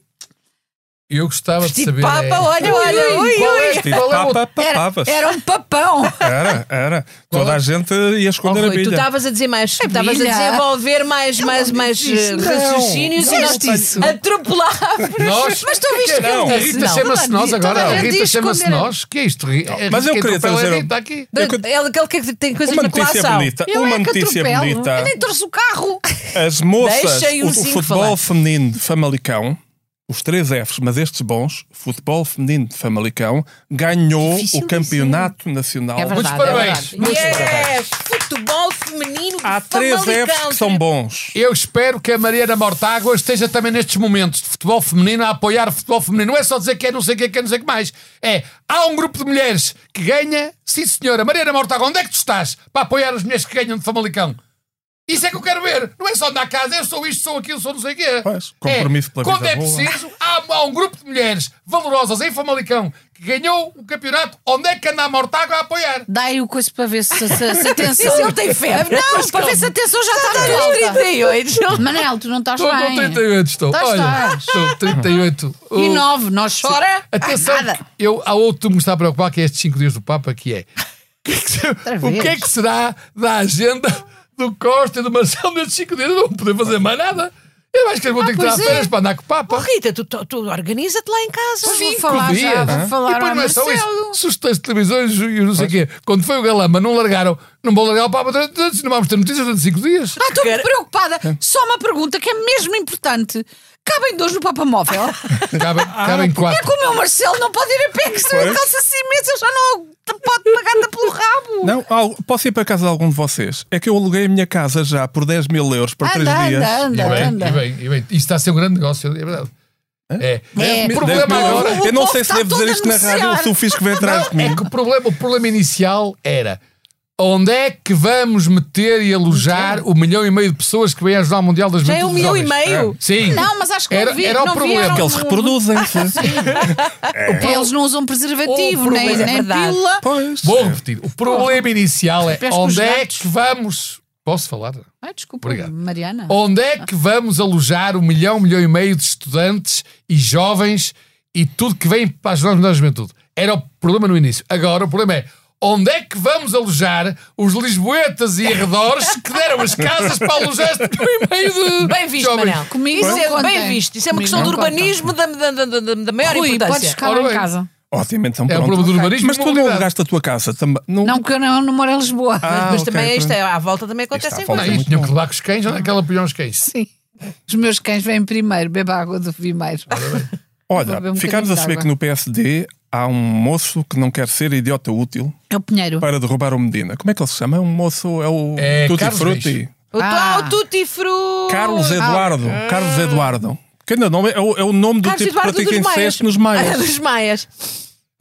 Speaker 4: Eu gostava de
Speaker 1: Tipo
Speaker 4: saber.
Speaker 1: Papa,
Speaker 4: é,
Speaker 1: olha,
Speaker 4: qual
Speaker 1: olha, ui,
Speaker 4: é-
Speaker 1: ui.
Speaker 3: Tipo,
Speaker 4: qual é o-
Speaker 3: papa,
Speaker 2: era,
Speaker 3: papava-se.
Speaker 2: era é um papão.
Speaker 3: Era, era. Toda a gente ia
Speaker 1: Oh,
Speaker 3: esconder a
Speaker 1: Rui, tu
Speaker 3: bilha.
Speaker 1: estavas a dizer mais, estavas a
Speaker 2: brilha.
Speaker 1: desenvolver mais, mais, mais eh, raciocínios
Speaker 2: Não,
Speaker 1: e
Speaker 2: não
Speaker 1: nós
Speaker 2: tenho isso.
Speaker 1: atropelavas.
Speaker 4: Nós,
Speaker 2: Mas tu viste que
Speaker 3: Não.
Speaker 4: a
Speaker 2: ele disse,
Speaker 4: é? Rita chama-se
Speaker 2: não,
Speaker 4: nós
Speaker 2: toda a
Speaker 4: agora. A
Speaker 2: gente
Speaker 4: Rita
Speaker 2: diz
Speaker 4: chama-se
Speaker 2: esconder.
Speaker 4: nós. Que é isto? Ri- é
Speaker 3: Mas eu
Speaker 4: Rita
Speaker 3: queria
Speaker 4: Tupela,
Speaker 3: trazer
Speaker 4: é
Speaker 3: um-
Speaker 4: Rita aqui.
Speaker 3: Eu que-
Speaker 1: Ele, ele que tem coisas
Speaker 3: Uma
Speaker 1: na
Speaker 3: notícia
Speaker 1: colação.
Speaker 3: bonita.
Speaker 2: Eu
Speaker 3: Uma
Speaker 2: é que
Speaker 3: notícia
Speaker 2: atropelo.
Speaker 3: bonita.
Speaker 2: Eu nem trouxe o carro.
Speaker 3: As moças,
Speaker 1: Deixem o
Speaker 3: o, o
Speaker 1: Zinho falar.
Speaker 3: futebol feminino de Famalicão, os três Fs, mas estes bons, futebol feminino de Famalicão, ganhou
Speaker 1: Difícil
Speaker 3: o campeonato nacional.
Speaker 2: É verdade,
Speaker 4: Muitos parabéns.
Speaker 2: é verdade.
Speaker 4: Muitos
Speaker 1: Yes! Futebol feminino. menino
Speaker 3: Há três Fs que são bons.
Speaker 4: Eu espero que a Mariana Mortágua esteja também nestes momentos de futebol feminino a apoiar o futebol feminino. Não é só dizer que é não sei o que, é que é não sei o que mais. É, há um grupo de mulheres que ganha. Sim, senhora. Mariana Mortágua, onde é que tu estás para apoiar as mulheres que ganham de Famalicão? Isso é que eu quero ver. Não é só andar a casa. Eu sou isto, sou aquilo, sou não sei o quê.
Speaker 3: Pois, compromisso
Speaker 4: é,
Speaker 3: pela
Speaker 4: Quando
Speaker 3: vida
Speaker 4: é
Speaker 3: boa.
Speaker 4: preciso, há, há um grupo de mulheres valorosas em Famalicão que ganhou o campeonato. Onde é que anda a Mortágua a apoiar?
Speaker 2: Dá-lhe o coisa para ver se, se, se a tensão.
Speaker 1: Se ele tem febre.
Speaker 2: Não, para ver se a tensão já está muito
Speaker 1: Aos
Speaker 2: alta.
Speaker 1: 38.
Speaker 2: Manel, tu não estás
Speaker 4: Estou com
Speaker 2: bem.
Speaker 4: 38, estou.
Speaker 2: Estás,
Speaker 4: Olha,
Speaker 2: Então estás.
Speaker 4: estou 38.
Speaker 2: E
Speaker 4: Oh.
Speaker 2: nove, nós chora.
Speaker 4: Atenção,
Speaker 2: Ah, nada.
Speaker 4: eu, há outro que me está a preocupar, que é estes 5 dias do Papa, que é que que se- o que é
Speaker 2: vez?
Speaker 4: que será da agenda do Costa e do Marcelo nestes 5 dias? Eu não vou poder fazer mais nada. Eu acho que eles vão ter que tirar
Speaker 2: Ah. pois é.
Speaker 4: férias para andar com o Papa.
Speaker 1: Rita, tu, tu- tu organiza-te lá em casa.
Speaker 2: Pois
Speaker 4: Cinco
Speaker 2: vou falar
Speaker 4: dias,
Speaker 2: já, vou
Speaker 4: hã?
Speaker 2: falar
Speaker 4: e depois
Speaker 2: ao
Speaker 4: não é só
Speaker 2: Marcelo.
Speaker 4: isso. Se os textos de televisões e os não sei o quê, quando foi o Galama, não largaram, não vão largar o Papa durante, durante- não vamos ter notícias durante 5 dias.
Speaker 2: Ah, estou preocupada. Só uma pergunta que é mesmo importante. Cabem dois no Papa Móvel?
Speaker 4: Cabem, cabem
Speaker 2: É
Speaker 4: 4.
Speaker 2: que o meu Marcelo não pode ir a pé, que se
Speaker 3: Pois.
Speaker 2: calça assim imenso, ele já não pode pagar-te pelo rabo.
Speaker 3: Não, al- posso ir para a casa de algum de vocês? É que eu aluguei a minha casa já por 10 mil euros para três
Speaker 2: Anda,
Speaker 3: dias.
Speaker 2: anda,
Speaker 4: E
Speaker 2: anda,
Speaker 4: bem, e
Speaker 2: anda.
Speaker 4: bem, e bem. Isto está a ser um grande negócio, é verdade. É.
Speaker 2: É,
Speaker 4: O
Speaker 3: Dez
Speaker 4: problema
Speaker 3: mil
Speaker 4: agora
Speaker 3: euros. eu não
Speaker 2: povo
Speaker 3: sei se
Speaker 2: está
Speaker 3: devo dizer
Speaker 2: todo
Speaker 3: isto na
Speaker 2: a
Speaker 3: rádio ou se o
Speaker 2: negociar.
Speaker 3: Fisco vem atrás de
Speaker 4: É
Speaker 3: mim.
Speaker 4: que o problema, o problema inicial era onde é que vamos meter e alojar o milhão e meio de pessoas que vêm ajudar o Mundial das
Speaker 1: Já é um
Speaker 4: Juventudes
Speaker 1: milhão e
Speaker 4: Jovens?
Speaker 1: meio?
Speaker 4: Sim.
Speaker 2: Não, mas acho que
Speaker 4: era,
Speaker 2: não vi-
Speaker 4: era o
Speaker 2: não
Speaker 4: problema.
Speaker 2: vieram.
Speaker 3: Porque eles reproduzem.
Speaker 2: Eles não usam preservativo,
Speaker 4: O
Speaker 2: nem,
Speaker 1: problema-
Speaker 2: nem
Speaker 1: É verdade.
Speaker 2: pílula.
Speaker 3: Pois.
Speaker 4: Vou repetir. O problema inicial é
Speaker 2: Parece que os
Speaker 4: onde é
Speaker 2: gatos.
Speaker 4: que vamos. Posso falar?
Speaker 2: Ai, desculpa,
Speaker 4: Obrigado.
Speaker 2: Mariana.
Speaker 4: Onde é que vamos alojar o milhão, um milhão e meio de estudantes e jovens e tudo que vem para ajudar na juventude? Era o problema no início. Agora o problema é onde é que vamos alojar os lisboetas e arredores que deram as casas para alojar este milhão e meio de
Speaker 1: Bem visto,
Speaker 4: jovens?
Speaker 1: Manel.
Speaker 2: Comigo
Speaker 1: Isso
Speaker 2: não
Speaker 1: é
Speaker 2: contem.
Speaker 1: bem visto. Isso é uma
Speaker 2: Comigo
Speaker 1: questão do
Speaker 2: não contem.
Speaker 1: urbanismo da, da, da, da- da maior
Speaker 2: Rui, podes
Speaker 1: importância.
Speaker 2: ficar
Speaker 4: Ora
Speaker 2: lá em
Speaker 4: bem.
Speaker 2: casa.
Speaker 3: Obviamente são
Speaker 4: É o problema do urbanismo.
Speaker 3: Mas
Speaker 4: e
Speaker 3: tu não
Speaker 4: mobilidade.
Speaker 3: alugaste a tua casa também. Não,
Speaker 2: Não, porque eu não, não moro em Lisboa.
Speaker 3: Ah,
Speaker 1: Mas
Speaker 3: ok,
Speaker 1: também isto
Speaker 3: pronto.
Speaker 1: é, à volta também
Speaker 3: Isto
Speaker 1: acontecem
Speaker 3: à volta.
Speaker 4: Não,
Speaker 1: coisas.
Speaker 4: isto tinham que levar com os cães, onde é que ela põe os cães?
Speaker 2: Sim. Os meus cães vêm primeiro, beba água do primeiro. Vou
Speaker 3: Olha,
Speaker 2: beber um
Speaker 3: ficámos
Speaker 2: bocadinho
Speaker 3: a
Speaker 2: de
Speaker 3: saber
Speaker 2: água.
Speaker 3: que no PSD há um moço que não quer ser idiota útil
Speaker 2: É o Pinheiro.
Speaker 3: para derrubar o Medina. Como é que ele se chama? É um moço, é o
Speaker 4: É
Speaker 3: Tutti
Speaker 4: Carlos
Speaker 3: Frutti.
Speaker 4: Reis.
Speaker 1: O Ah, tu-
Speaker 2: Ah.
Speaker 1: ah, o Tutti Frutti.
Speaker 3: Carlos Eduardo. Carlos Eduardo. Que ainda não é, é o, é o nome do
Speaker 1: Carlos
Speaker 3: tipo que
Speaker 1: Eduardo
Speaker 3: pratica
Speaker 1: dos Maias.
Speaker 3: incesto nos maias.
Speaker 1: Ah, dos Maias.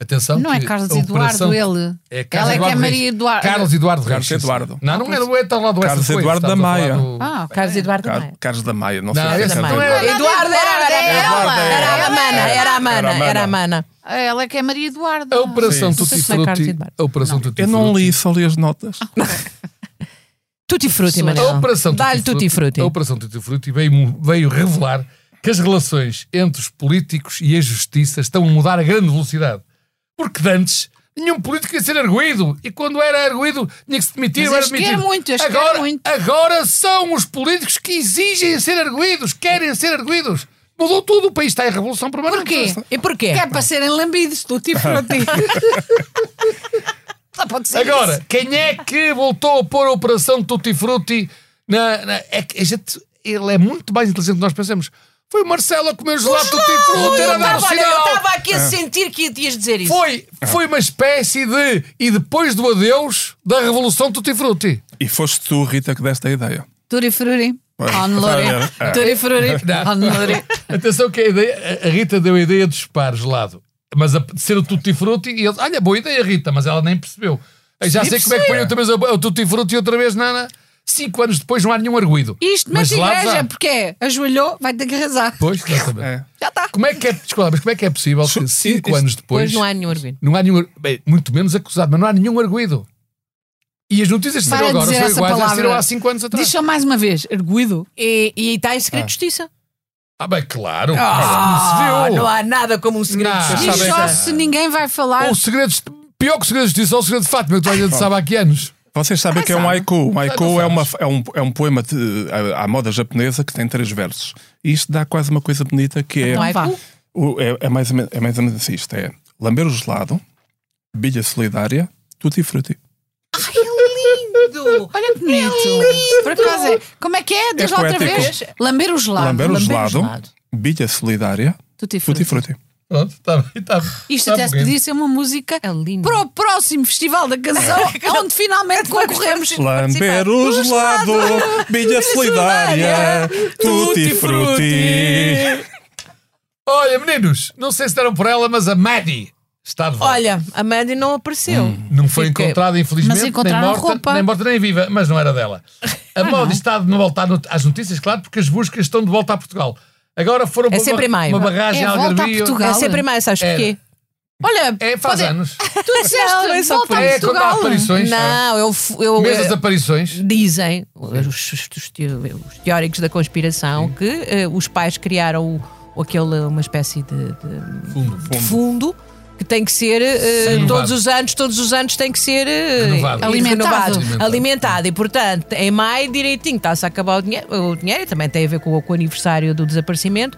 Speaker 4: Atenção.
Speaker 2: Não é
Speaker 4: que
Speaker 2: Carlos
Speaker 4: a operação-
Speaker 2: Eduardo, ele. Ela é
Speaker 4: É Carlos
Speaker 2: que é
Speaker 4: Eduardo
Speaker 2: Maria
Speaker 4: Reis.
Speaker 2: Eduardo.
Speaker 4: Carlos Eduardo Reis.
Speaker 3: Carlos Eduardo.
Speaker 4: Não, não é do é, está lá do
Speaker 3: Carlos
Speaker 4: essa coisa,
Speaker 3: Eduardo da
Speaker 4: estamos a falar
Speaker 3: Maia.
Speaker 4: do-
Speaker 2: Ah, ok.
Speaker 4: É.
Speaker 1: Carlos Eduardo da Maia.
Speaker 3: Car- Carlos da Maia, não
Speaker 4: Não,
Speaker 3: sei
Speaker 4: esse
Speaker 3: se é
Speaker 4: é
Speaker 3: Eduardo.
Speaker 4: do Eduardo.
Speaker 1: Eduardo era, era, era ela. Era a mana, era a mana, era a mana.
Speaker 2: Ela é que é Maria Eduardo.
Speaker 4: A Operação
Speaker 3: Sim.
Speaker 1: Não sei
Speaker 4: Tutti
Speaker 1: se não é Carlos
Speaker 4: Frutti.
Speaker 1: Eduardo.
Speaker 4: A Operação Tutti
Speaker 3: Eu não
Speaker 4: Frutti-
Speaker 3: li, só li as notas.
Speaker 1: Tutti Frutti,
Speaker 4: A
Speaker 1: Manel.
Speaker 4: Operação
Speaker 1: Dá-lhe Tutti Frutti.
Speaker 4: A Operação Tutti Frutti veio, veio revelar que as relações entre os políticos e a justiça estão a mudar a grande velocidade. Porque de antes, nenhum político ia ser arguído. E quando era arguído, tinha que se demitir.
Speaker 2: Mas
Speaker 4: ou era
Speaker 2: eles querem
Speaker 4: demitido.
Speaker 2: muito, eles
Speaker 4: agora,
Speaker 2: querem muito.
Speaker 4: agora são os políticos que exigem ser arguídos, querem ser arguídos. Mudou tudo, o país está em revolução permanente.
Speaker 2: Porquê?
Speaker 1: E porquê?
Speaker 2: Que é para serem lambidos, tu
Speaker 4: Ah.
Speaker 2: tipo para ti. Só pode ser
Speaker 4: Agora, quem é que voltou a pôr a operação Tutti Frutti na, na- é que a gente, ele é muito mais inteligente do que nós pensamos. Foi o Marcelo a comer gelado Tutti Frutti,
Speaker 1: Eu
Speaker 4: era dar o
Speaker 1: estava olha, eu
Speaker 4: sinal. Ah.
Speaker 1: estava aqui a sentir que ias dizer isso.
Speaker 4: Foi, foi uma espécie de e depois do adeus da revolução Tutti Frutti.
Speaker 3: E foste tu, Rita, que deste a ideia.
Speaker 2: isso. Turi Fruri.
Speaker 3: Pois.
Speaker 2: On Lori.
Speaker 4: tá Ah.
Speaker 3: É.
Speaker 2: Turi Fruri.
Speaker 4: Não.
Speaker 2: On Lori.
Speaker 4: Atenção que a, ideia- a- a Rita deu a ideia de chupar gelado, mas a, de ser o Tutti Frutti e ele, olha, boa ideia Rita, mas ela nem percebeu. Eu já sei como é que foi outra vez o o Tutti Frutti e outra vez Nana. Cinco anos depois não há nenhum arguído.
Speaker 2: Isto
Speaker 4: Mas
Speaker 2: mete
Speaker 4: gelados
Speaker 2: igreja,
Speaker 4: há.
Speaker 2: porque é, ajoelhou, vai ter que rezar.
Speaker 4: Pois, exatamente.
Speaker 3: É.
Speaker 2: Já está.
Speaker 4: Como é que é, desculpa, mas como é que é possível que
Speaker 3: Su-
Speaker 4: cinco
Speaker 3: isto-
Speaker 4: anos depois
Speaker 1: Pois não há nenhum argumento.
Speaker 4: não há nenhum, ar- bem, muito menos acusado, mas não há nenhum arguído. E as notícias que
Speaker 2: Para
Speaker 4: saíram agora
Speaker 2: dizer
Speaker 4: são
Speaker 2: essa
Speaker 4: iguais às que
Speaker 2: palavra.
Speaker 4: saíram há cinco anos atrás.
Speaker 2: Diz só mais uma vez, arguido.
Speaker 1: E, e está em segredo de justiça.
Speaker 4: Ah, bem, claro. é
Speaker 1: Ah,
Speaker 4: se viu.
Speaker 1: não há nada como um segredo
Speaker 4: Não.
Speaker 1: de
Speaker 2: Diz
Speaker 1: justiça.
Speaker 2: só
Speaker 4: Sabem-
Speaker 2: se ninguém vai falar.
Speaker 4: Ou segredos, pior que o segredo de justiça, ou o segredo de Fátima, que toda a gente sabe há que anos.
Speaker 3: Vocês sabem que é um
Speaker 2: sabe.
Speaker 3: haiku. Um haiku é,
Speaker 4: sabes.
Speaker 3: uma, é, um, é um poema de, à, à moda japonesa que tem três versos. E isto dá quase uma coisa bonita que é.
Speaker 1: Não é
Speaker 2: Vá.
Speaker 1: cu?
Speaker 3: O- é, é mais ou menos, é mais ou menos isto: é lamber o gelado, bilha solidária, tutti frutti.
Speaker 1: Ai, é lindo!
Speaker 2: Olha que bonito. Por acaso é. Como é que é? Diz
Speaker 3: É
Speaker 2: lá outra
Speaker 3: poético.
Speaker 2: vez. Lamber o gelado.
Speaker 3: Ah, Lamber o
Speaker 1: lamber o
Speaker 3: gelado,
Speaker 1: gelado.
Speaker 3: bilha solidária,
Speaker 2: Tutti frutti.
Speaker 3: tutti frutti.
Speaker 4: Pronto, está bem. tá Está,
Speaker 2: Isto
Speaker 4: está
Speaker 2: até se
Speaker 4: bonito.
Speaker 2: podia ser uma música
Speaker 1: É lindo.
Speaker 2: para o próximo Festival da Canção, onde finalmente concorremos.
Speaker 3: Lamber o
Speaker 2: Os
Speaker 3: gelado, minha solidária, é. tutti frutti.
Speaker 4: Olha, meninos, não sei se deram por ela, mas a Maddie está de volta.
Speaker 1: Olha, a Mandy não apareceu.
Speaker 3: Hum.
Speaker 4: Não foi
Speaker 1: Fiquei-
Speaker 4: encontrada, infelizmente.
Speaker 2: Mas encontraram
Speaker 4: nem morta,
Speaker 2: roupa.
Speaker 4: Nem morta nem é viva, mas não era dela. A Maudie está de volta à not- às notícias, claro, porque as buscas estão de volta a Portugal. Agora foram para
Speaker 1: É sempre em
Speaker 4: uma,
Speaker 1: maio.
Speaker 4: uma barragem
Speaker 2: É
Speaker 4: ao
Speaker 2: volta a
Speaker 4: Algarvio.
Speaker 2: Portugal.
Speaker 1: É sempre mais, sabes
Speaker 4: Era.
Speaker 1: porquê?
Speaker 2: Olha,
Speaker 4: É, faz
Speaker 2: pode-
Speaker 4: anos.
Speaker 1: Ah,
Speaker 2: tu disseste,
Speaker 1: Não, é só
Speaker 2: volta
Speaker 1: por
Speaker 2: a
Speaker 1: isso.
Speaker 4: É, quando há
Speaker 2: Portugal.
Speaker 4: aparições. sabe?
Speaker 1: Não, eu. fu- eu
Speaker 4: Mês das
Speaker 1: eh,
Speaker 4: aparições.
Speaker 1: Dizem os, os- os teo- os teóricos da conspiração que eh, os pais criaram o- o aquele, uma espécie de, de- de fundo que tem que ser eh,
Speaker 4: Renovado.
Speaker 1: todos os anos, todos os anos tem que ser eh,
Speaker 4: Renovado.
Speaker 2: Alimentado.
Speaker 1: renovado,
Speaker 4: Alimentado.
Speaker 1: alimentado. E portanto, em maio, direitinho, está-se a acabar o dinheiro, o dinheiro e também tem a ver com, o- com o aniversário do desaparecimento.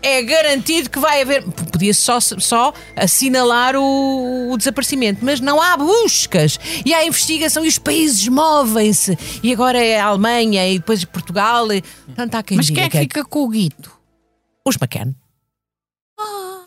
Speaker 1: É garantido que vai haver. p- Podia-se só, só assinalar o, o desaparecimento, mas não há buscas e há investigação e os países movem-se. E agora é a Alemanha e depois Portugal. E, portanto, há quem
Speaker 2: Mas
Speaker 1: diga
Speaker 2: quem é que fica com o guito?
Speaker 1: Os McCann.
Speaker 2: Ah.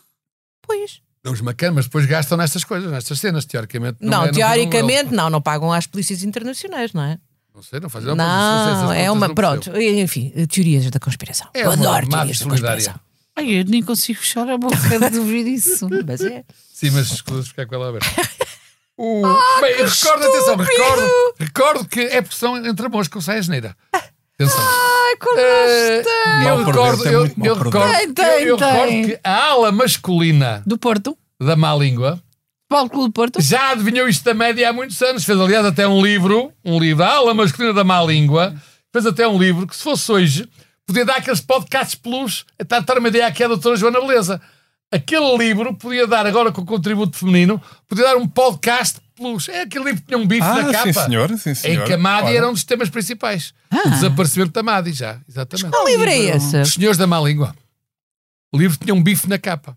Speaker 1: Pois.
Speaker 4: Os macanos, mas depois gastam nestas coisas, nestas cenas, teoricamente.
Speaker 1: Não,
Speaker 4: é, viram
Speaker 1: teoricamente, não, não pagam às polícias internacionais, não é?
Speaker 4: euro. Não sei, não fazem
Speaker 1: Não,
Speaker 4: sei, essas
Speaker 1: é
Speaker 4: contas
Speaker 1: uma.
Speaker 4: não
Speaker 1: Pronto,
Speaker 4: percebo.
Speaker 1: enfim, teorias da conspiração.
Speaker 4: É
Speaker 1: Eu
Speaker 4: uma
Speaker 1: adoro
Speaker 4: má
Speaker 1: teorias da
Speaker 4: solidária.
Speaker 1: conspiração.
Speaker 2: Ai, eu nem consigo fechar a boca de ouvir isso.
Speaker 1: Mas é.
Speaker 4: Sim, mas escusas ficar com ela aberta.
Speaker 2: Oh,
Speaker 4: O... Bem, recordo, atenção, recordo, recordo que é porque são entre amores que sai a geneira. Atenção. Eh,
Speaker 3: Mal
Speaker 4: eu
Speaker 3: por
Speaker 4: recordo,
Speaker 3: dentro, é
Speaker 4: eu,
Speaker 3: muito mal
Speaker 4: eu
Speaker 3: por
Speaker 4: recordo,
Speaker 2: dentro. Tem,
Speaker 4: eu- eu
Speaker 2: tem,
Speaker 4: recordo
Speaker 2: tem.
Speaker 4: que a ala masculina
Speaker 2: Do Porto?
Speaker 4: da má língua
Speaker 2: Paulo Clube do Porto?
Speaker 4: já adivinhou isto da média há muitos anos. Fez, aliás, até um livro, um livro, a ala masculina da má língua, fez até um livro que, se fosse hoje, podia dar aqueles podcasts plus, está a dar uma ideia aqui à doutora Joana Beleza. Aquele livro podia dar, agora com o contributo feminino, podia dar um podcast plus. É aquele livro que tinha um bife na
Speaker 3: Ah,
Speaker 4: capa.
Speaker 3: sim senhor, sim
Speaker 4: Em
Speaker 3: senhor.
Speaker 4: que a Madi
Speaker 3: Ora.
Speaker 4: era um dos temas principais. O desaparecimento da Madi, já. Exatamente.
Speaker 1: Que livro é esse?
Speaker 4: Os Senhores da Má Língua. O livro tinha um bife na capa.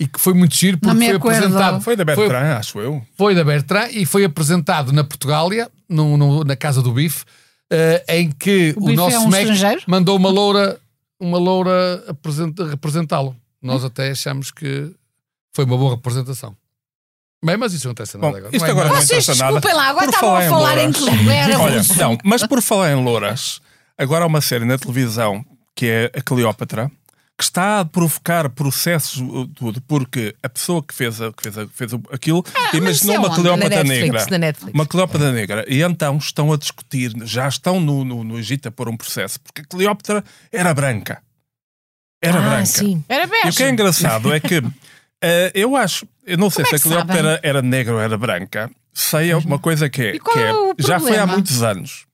Speaker 4: E que foi muito giro
Speaker 2: Não
Speaker 4: porque
Speaker 2: me
Speaker 4: foi
Speaker 2: acuerdo.
Speaker 4: apresentado.
Speaker 3: Foi da
Speaker 4: foi,
Speaker 3: Bertrand, acho eu.
Speaker 4: foi da Bertrand e foi apresentado na Portugália, no- no- na Casa do Bife, eh, em que
Speaker 2: O
Speaker 4: o,
Speaker 2: Bife é
Speaker 4: nosso
Speaker 2: um
Speaker 4: MEC
Speaker 2: estrangeiro?
Speaker 4: mandou uma loura, uma loura apresenta- representá-lo.
Speaker 2: Hum.
Speaker 4: Nós até achamos que foi uma boa representação. Bem, mas isso não acontece nada
Speaker 3: Bom,
Speaker 4: agora.
Speaker 3: isto
Speaker 4: Não é
Speaker 3: agora não
Speaker 4: nada.
Speaker 2: Vocês
Speaker 3: interessa nada.
Speaker 2: desculpem lá, agora
Speaker 3: Por
Speaker 2: estavam a falar em
Speaker 3: louras.
Speaker 2: clube. Era
Speaker 3: Olha,
Speaker 2: russo.
Speaker 3: não, mas por falar em louras, agora há uma série na televisão que é a Cleópatra que está a provocar processos uh, tudo, porque a pessoa que fez, a- que fez, a- que fez o- aquilo
Speaker 2: mas isso
Speaker 3: imaginou
Speaker 2: é
Speaker 3: uma
Speaker 2: onde?
Speaker 1: Na
Speaker 3: Cleópatra
Speaker 1: Netflix,
Speaker 3: negra.
Speaker 1: na Netflix.
Speaker 3: Uma Cleópatra negra. E então estão a discutir, já estão no, no, no Egito a pôr um processo, porque a Cleópatra era branca. Era
Speaker 1: ah,
Speaker 3: branca.
Speaker 1: sim.
Speaker 2: Era
Speaker 3: E o que é
Speaker 2: besta.
Speaker 3: engraçado é que eh, eu acho, eu não sei
Speaker 2: Como é
Speaker 3: se
Speaker 2: que
Speaker 3: a Cleópatra
Speaker 2: sabem?
Speaker 3: era, era negra ou era branca, sei uma coisa que é.
Speaker 2: E qual
Speaker 3: que
Speaker 2: é o
Speaker 3: já foi há
Speaker 2: problema?
Speaker 3: muitos anos.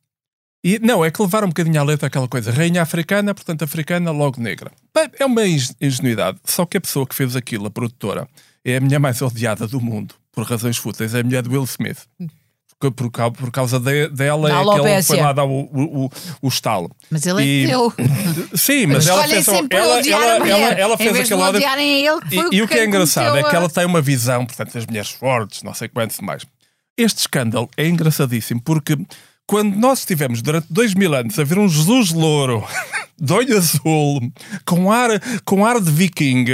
Speaker 3: E, não, é que levaram um bocadinho à letra aquela coisa. Rainha africana, portanto africana, logo negra. Bem, É uma ing- ingenuidade. Só que a pessoa que fez aquilo, a produtora, é a mulher mais odiada do mundo, por razões fúteis. É a mulher do Will Smith. Porque Por, cau- por causa de- dela,
Speaker 1: Da
Speaker 3: é aquele que foi
Speaker 1: alopécia.
Speaker 3: lá dar o, o, o- o estalo.
Speaker 2: Mas ele é
Speaker 3: E-
Speaker 2: teu.
Speaker 3: Sim, mas ela
Speaker 2: Escolhem
Speaker 3: fez, um- ela,
Speaker 2: sempre ela, odiar a
Speaker 3: ela,
Speaker 2: mulher.
Speaker 3: ela, ela fez
Speaker 2: em vez de
Speaker 3: aquela
Speaker 2: o odiarem a ele, que
Speaker 3: e,
Speaker 2: foi
Speaker 3: e o que é
Speaker 2: quem
Speaker 3: engraçado é
Speaker 2: cometeu
Speaker 3: que
Speaker 2: a-
Speaker 3: ela tem uma visão, portanto, das mulheres fortes, não sei quantos mais. Este escândalo é engraçadíssimo porque quando nós estivemos durante dois mil anos a ver um Jesus louro, de olho azul, com ar, com ar de viking,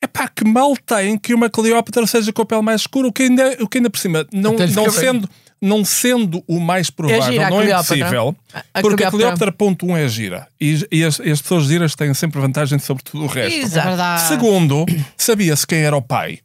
Speaker 3: é pá, que mal tem que uma Cleópatra seja com a pele mais escura, o que ainda, o que ainda por cima,
Speaker 1: Então
Speaker 3: não,
Speaker 4: Até lhe
Speaker 3: não,
Speaker 4: fica bem.
Speaker 3: sendo, não sendo o mais
Speaker 1: É
Speaker 3: provável,
Speaker 1: gira a
Speaker 3: não é
Speaker 1: Cleópatra.
Speaker 3: impossível,
Speaker 1: A- a
Speaker 3: porque a
Speaker 1: Cleópatra.
Speaker 3: Cleópatra, ponto um, é gira. E, e as, e as pessoas giras têm sempre vantagem sobre tudo o resto.
Speaker 2: É
Speaker 1: Exato.
Speaker 2: verdade.
Speaker 3: Segundo, sabia-se quem era o pai,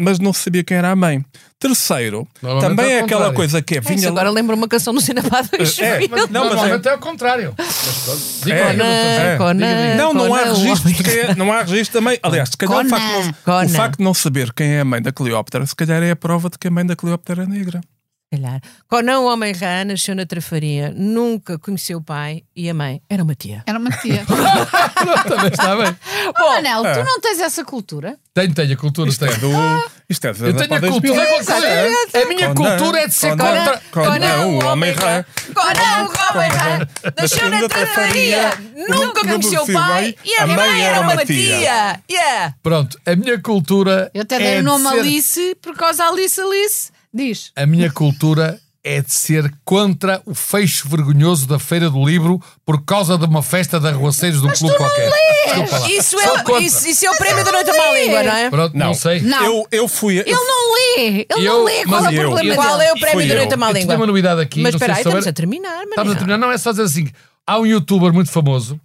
Speaker 3: mas não se sabia quem era a mãe. Terceiro,
Speaker 4: Normalmente
Speaker 3: também
Speaker 4: é
Speaker 3: é
Speaker 4: ao
Speaker 3: aquela
Speaker 4: contrário.
Speaker 3: coisa que é
Speaker 1: Isso
Speaker 3: vinha.
Speaker 1: agora lembro uma canção do Cinepado
Speaker 3: É, mas- não, mas é,
Speaker 4: Normalmente é ao contrário. Mas pronto, diga
Speaker 3: É.
Speaker 4: lá, eu não estou a ver.
Speaker 3: É. não, não há registro de quem é- não há registro também. Aliás, se calhar o
Speaker 2: Conan.
Speaker 3: facto, de não-
Speaker 1: Conan.
Speaker 3: o facto de não saber quem é a mãe da Cleópatra, se calhar é a prova de que a mãe da Cleópatra é negra.
Speaker 1: Calhar. Conan o Homem Rã nasceu na Trafaria, nunca conheceu o pai e a mãe era uma tia.
Speaker 2: Era uma tia.
Speaker 4: Também está bem.
Speaker 2: Bom, Manel, tu
Speaker 4: é.
Speaker 2: não tens essa cultura?
Speaker 4: Tenho, tenho, a cultura
Speaker 3: Isto é
Speaker 4: tenho.
Speaker 3: do. Isto é da
Speaker 4: Eu tenho a cultura. é cultura. A
Speaker 3: Conan,
Speaker 4: minha cultura é de ser
Speaker 3: Conan,
Speaker 4: contra.
Speaker 3: Conan, o homem rã.
Speaker 1: Conan o Homem Rã nasceu na Trafaria, nunca conheceu o pai e a mãe era uma tia. Yeah.
Speaker 4: Pronto, a minha cultura.
Speaker 2: Eu até
Speaker 4: é
Speaker 2: dei o
Speaker 4: de
Speaker 2: nome
Speaker 4: ser-
Speaker 2: Alice por causa da Alice Alice. Diz.
Speaker 4: A minha cultura é de ser contra o fecho vergonhoso da Feira do Livro por causa de uma festa de arruaceiros de um clube qualquer. Desculpa lá.
Speaker 1: Isso
Speaker 4: Só contra.
Speaker 1: é, isso, isso é o prémio da noite à má língua, não é?
Speaker 4: Pronto, não, sei.
Speaker 2: Não.
Speaker 3: Eu, eu fui.
Speaker 2: Ele não é lê. Ele não
Speaker 4: Eu-
Speaker 2: lê. Qual
Speaker 4: mas
Speaker 2: é o
Speaker 4: eu-
Speaker 2: problema
Speaker 1: Qual
Speaker 2: dele?
Speaker 1: é o prémio
Speaker 3: Fui
Speaker 1: da
Speaker 3: eu.
Speaker 1: noite à má
Speaker 4: Eu
Speaker 1: língua?
Speaker 4: tinha uma novidade aqui.
Speaker 1: Mas
Speaker 4: não sei
Speaker 1: espera aí,
Speaker 4: se souber.
Speaker 1: estamos a terminar,
Speaker 4: Estamos a
Speaker 1: Manel.
Speaker 4: terminar. Não, é só dizer assim. Há um youtuber muito famoso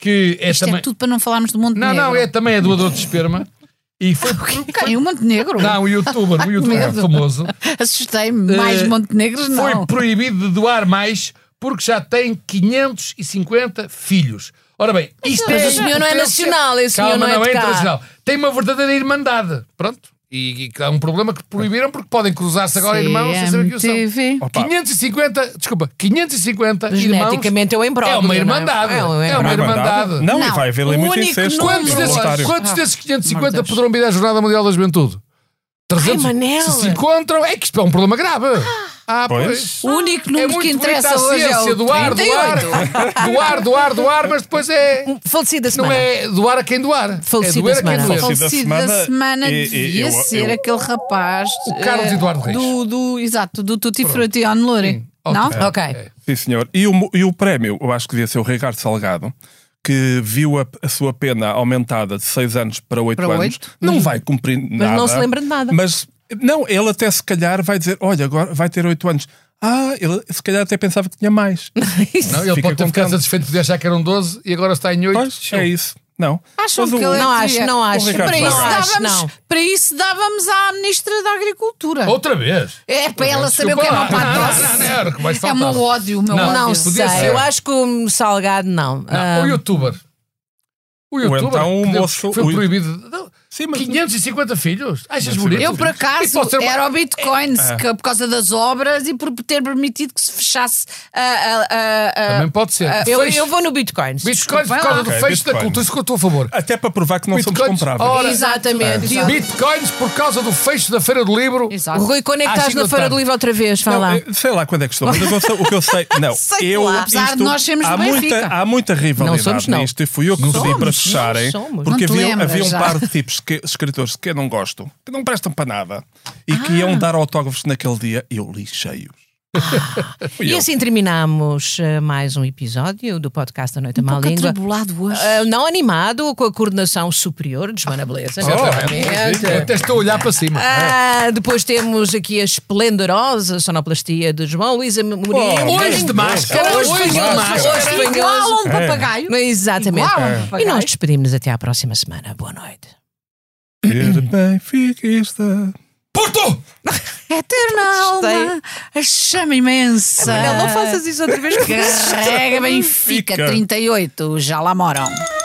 Speaker 4: que é
Speaker 2: Isto
Speaker 4: também...
Speaker 2: é tudo para não falarmos do Monte
Speaker 4: Não,
Speaker 2: Negro.
Speaker 4: não, é, também é doador de esperma. E foi...
Speaker 2: Quem? O Monte Negro?
Speaker 4: Não, um youtuber, um youtuber
Speaker 2: medo.
Speaker 4: famoso
Speaker 2: Assustei-me. Mais
Speaker 4: Eh,
Speaker 2: Monte Negros,
Speaker 4: foi
Speaker 2: não.
Speaker 4: proibido de doar mais porque já tem 550 filhos. Ora bem, isto
Speaker 1: mas
Speaker 4: é
Speaker 1: o senhor não é
Speaker 4: potência-
Speaker 1: nacional, esse senhor
Speaker 4: Calma,
Speaker 1: não é de cá.
Speaker 4: internacional. Tem uma verdadeira irmandade. Pronto. E, e há um problema que proibiram porque podem cruzar-se agora irmãos sem saber que o são.
Speaker 2: CMTV.
Speaker 3: Opa.
Speaker 4: 550, desculpa, 550 irmãos.
Speaker 1: Geneticamente é um imbróglio.
Speaker 4: É uma
Speaker 1: não
Speaker 4: irmandade.
Speaker 1: É, um
Speaker 4: É uma
Speaker 3: Não,
Speaker 1: imbróglio.
Speaker 4: irmandade.
Speaker 3: Não, e
Speaker 2: Não.
Speaker 3: vai haver
Speaker 1: O
Speaker 3: ali muito
Speaker 1: único
Speaker 3: incesto.
Speaker 4: Quantos
Speaker 1: número-
Speaker 4: desses,
Speaker 3: voluntário.
Speaker 4: quantos desses 550
Speaker 2: Meu Deus.
Speaker 4: poderão vir à Jornada Mundial da Juventude? 300?
Speaker 1: Manel.
Speaker 4: se se encontram, é que isto é um problema grave. Ah,
Speaker 3: Pois.
Speaker 2: O único número que
Speaker 4: muito
Speaker 2: interessa
Speaker 4: bonita a
Speaker 2: hoje é
Speaker 4: ciência,
Speaker 2: o
Speaker 4: doar,
Speaker 2: 38.
Speaker 4: doar, doar, doar, doar, mas depois é.
Speaker 1: Falecida
Speaker 4: Não
Speaker 1: semana.
Speaker 4: é doar a quem doar.
Speaker 1: Falecida
Speaker 4: é doer a
Speaker 1: semana.
Speaker 4: quem doer.
Speaker 3: Falecido da
Speaker 2: falecido da
Speaker 3: semana,
Speaker 2: semana
Speaker 3: e- e-
Speaker 2: devia
Speaker 3: eu-
Speaker 2: ser
Speaker 3: eu-
Speaker 2: aquele rapaz.
Speaker 4: O Carlos
Speaker 2: eh,
Speaker 4: Eduardo Reis.
Speaker 2: Do, do, exato, do Tutti Frutti on Lure.
Speaker 4: Ok.
Speaker 2: Não?
Speaker 4: É.
Speaker 1: Ok.
Speaker 3: Sim, senhor. E o, e o prémio, eu acho que devia ser o Ricardo Salgado, que viu a, a sua pena aumentada de 6 anos para 8
Speaker 2: Para
Speaker 3: anos.
Speaker 2: oito? Uhum.
Speaker 3: Não vai cumprir nada.
Speaker 1: não se lembra de nada.
Speaker 3: Mas, não, ele até se calhar vai dizer: olha, agora vai ter 8 anos. Ah, ele se calhar até pensava que tinha mais.
Speaker 4: Não, ele
Speaker 3: Fica
Speaker 4: pode ter ficado
Speaker 3: contente.
Speaker 4: satisfeito de achar que eram 12 e agora está em 8.
Speaker 3: Pois, é isso. Não.
Speaker 2: Acham
Speaker 3: Mas o-
Speaker 2: que ele é
Speaker 1: Não
Speaker 2: que
Speaker 1: acho,
Speaker 2: é.
Speaker 1: não acho.
Speaker 3: Ricardo
Speaker 2: Para
Speaker 1: não
Speaker 2: isso,
Speaker 3: Salgado.
Speaker 1: acho,
Speaker 2: dávamos,
Speaker 1: não.
Speaker 2: para isso dávamos à Ministra da Agricultura.
Speaker 4: Outra vez.
Speaker 2: É para ela saber o que é
Speaker 4: Desculpa lá.
Speaker 2: uma
Speaker 4: Não, não, não,
Speaker 2: patócia.
Speaker 4: era o que mais
Speaker 2: É o
Speaker 4: faltava.
Speaker 2: meu ódio, o meu
Speaker 4: Não, é
Speaker 2: ódio.
Speaker 1: Não
Speaker 4: Podia
Speaker 1: sei.
Speaker 4: ser.
Speaker 1: Eu acho que o salgado não. Ah,
Speaker 4: Não, o youtuber. O youtuber.
Speaker 3: então o
Speaker 4: que deu-
Speaker 3: moço-
Speaker 4: Foi
Speaker 3: o-
Speaker 4: proibido. Não,
Speaker 3: Sim, mas-
Speaker 4: 550 filhos? Achas bonito?
Speaker 2: Eu, por acaso,
Speaker 4: Isso pode ser uma- É.
Speaker 2: era o Bitcoin se que- por causa das obras e por ter permitido que se fechasse a. a- a- a-
Speaker 4: Também pode ser.
Speaker 2: Ah,
Speaker 1: eu,
Speaker 4: Fecho.
Speaker 1: eu vou no Bitcoins.
Speaker 4: Bitcoins por causa do
Speaker 3: Ok,
Speaker 4: fecho da
Speaker 3: Bitcoin.
Speaker 4: cultura. Isso que eu estou a favor.
Speaker 3: Até para provar que não somos
Speaker 4: Bitcoins,
Speaker 3: compráveis.
Speaker 4: ora,
Speaker 1: Exatamente.
Speaker 2: Exato.
Speaker 4: Bitcoins por causa do fecho da Feira do Livro.
Speaker 2: Exato.
Speaker 1: Rui, quando é que
Speaker 4: Às
Speaker 1: estás
Speaker 4: cinco
Speaker 1: na
Speaker 4: da
Speaker 1: Feira
Speaker 4: tarde.
Speaker 1: do Livro outra vez? Vai
Speaker 3: Não,
Speaker 1: lá.
Speaker 3: eu- sei lá quando é que estou, mas eu vou- o que eu sei. Não,
Speaker 1: Sei
Speaker 3: eu.
Speaker 1: lá.
Speaker 2: Apesar de
Speaker 3: isto-
Speaker 2: nós sermos
Speaker 3: há
Speaker 2: do
Speaker 3: muita,
Speaker 2: Benfica.
Speaker 3: há muita rivalidade
Speaker 1: somos, não.
Speaker 3: nisto e fui eu que pedi
Speaker 1: somos,
Speaker 3: para
Speaker 1: não
Speaker 3: fecharem.
Speaker 1: somos.
Speaker 3: Porque
Speaker 2: Não te
Speaker 3: havia,
Speaker 2: lembras,
Speaker 3: havia um
Speaker 2: já.
Speaker 3: par de tipos, que, escritores que eu não gosto, que não prestam para nada e que
Speaker 1: Ah.
Speaker 3: iam dar autógrafos naquele dia. Eu li cheios. Fui
Speaker 1: E
Speaker 3: eu.
Speaker 1: assim terminamos eh, mais um episódio do podcast da Noite à Má
Speaker 2: Um Pouco
Speaker 1: Língua.
Speaker 2: atribulado hoje.
Speaker 1: Ah, não animado, com a coordenação superior de Joana Beleza, naturalmente.
Speaker 4: Eu Até estou a olhar para cima.
Speaker 1: Ah, depois temos aqui a esplendorosa sonoplastia de João Um Luís Amorim.
Speaker 3: Oh,
Speaker 4: Hoje de máscara.
Speaker 1: É Hoje
Speaker 4: Hoje de
Speaker 1: fanhoso,
Speaker 4: máscara.
Speaker 1: hoje fanhoso.
Speaker 2: Igual a um papagaio.
Speaker 1: Exatamente.
Speaker 2: Igual a um
Speaker 1: E
Speaker 2: papagaio.
Speaker 1: nós despedimos até à próxima semana. Boa noite.
Speaker 3: Ser benfiquista.
Speaker 4: Porto!
Speaker 2: Eterna É alma, a chama imensa.
Speaker 1: isso outra vez.
Speaker 2: Carrega Benfica
Speaker 3: Benfica.
Speaker 2: 38, já lá moram.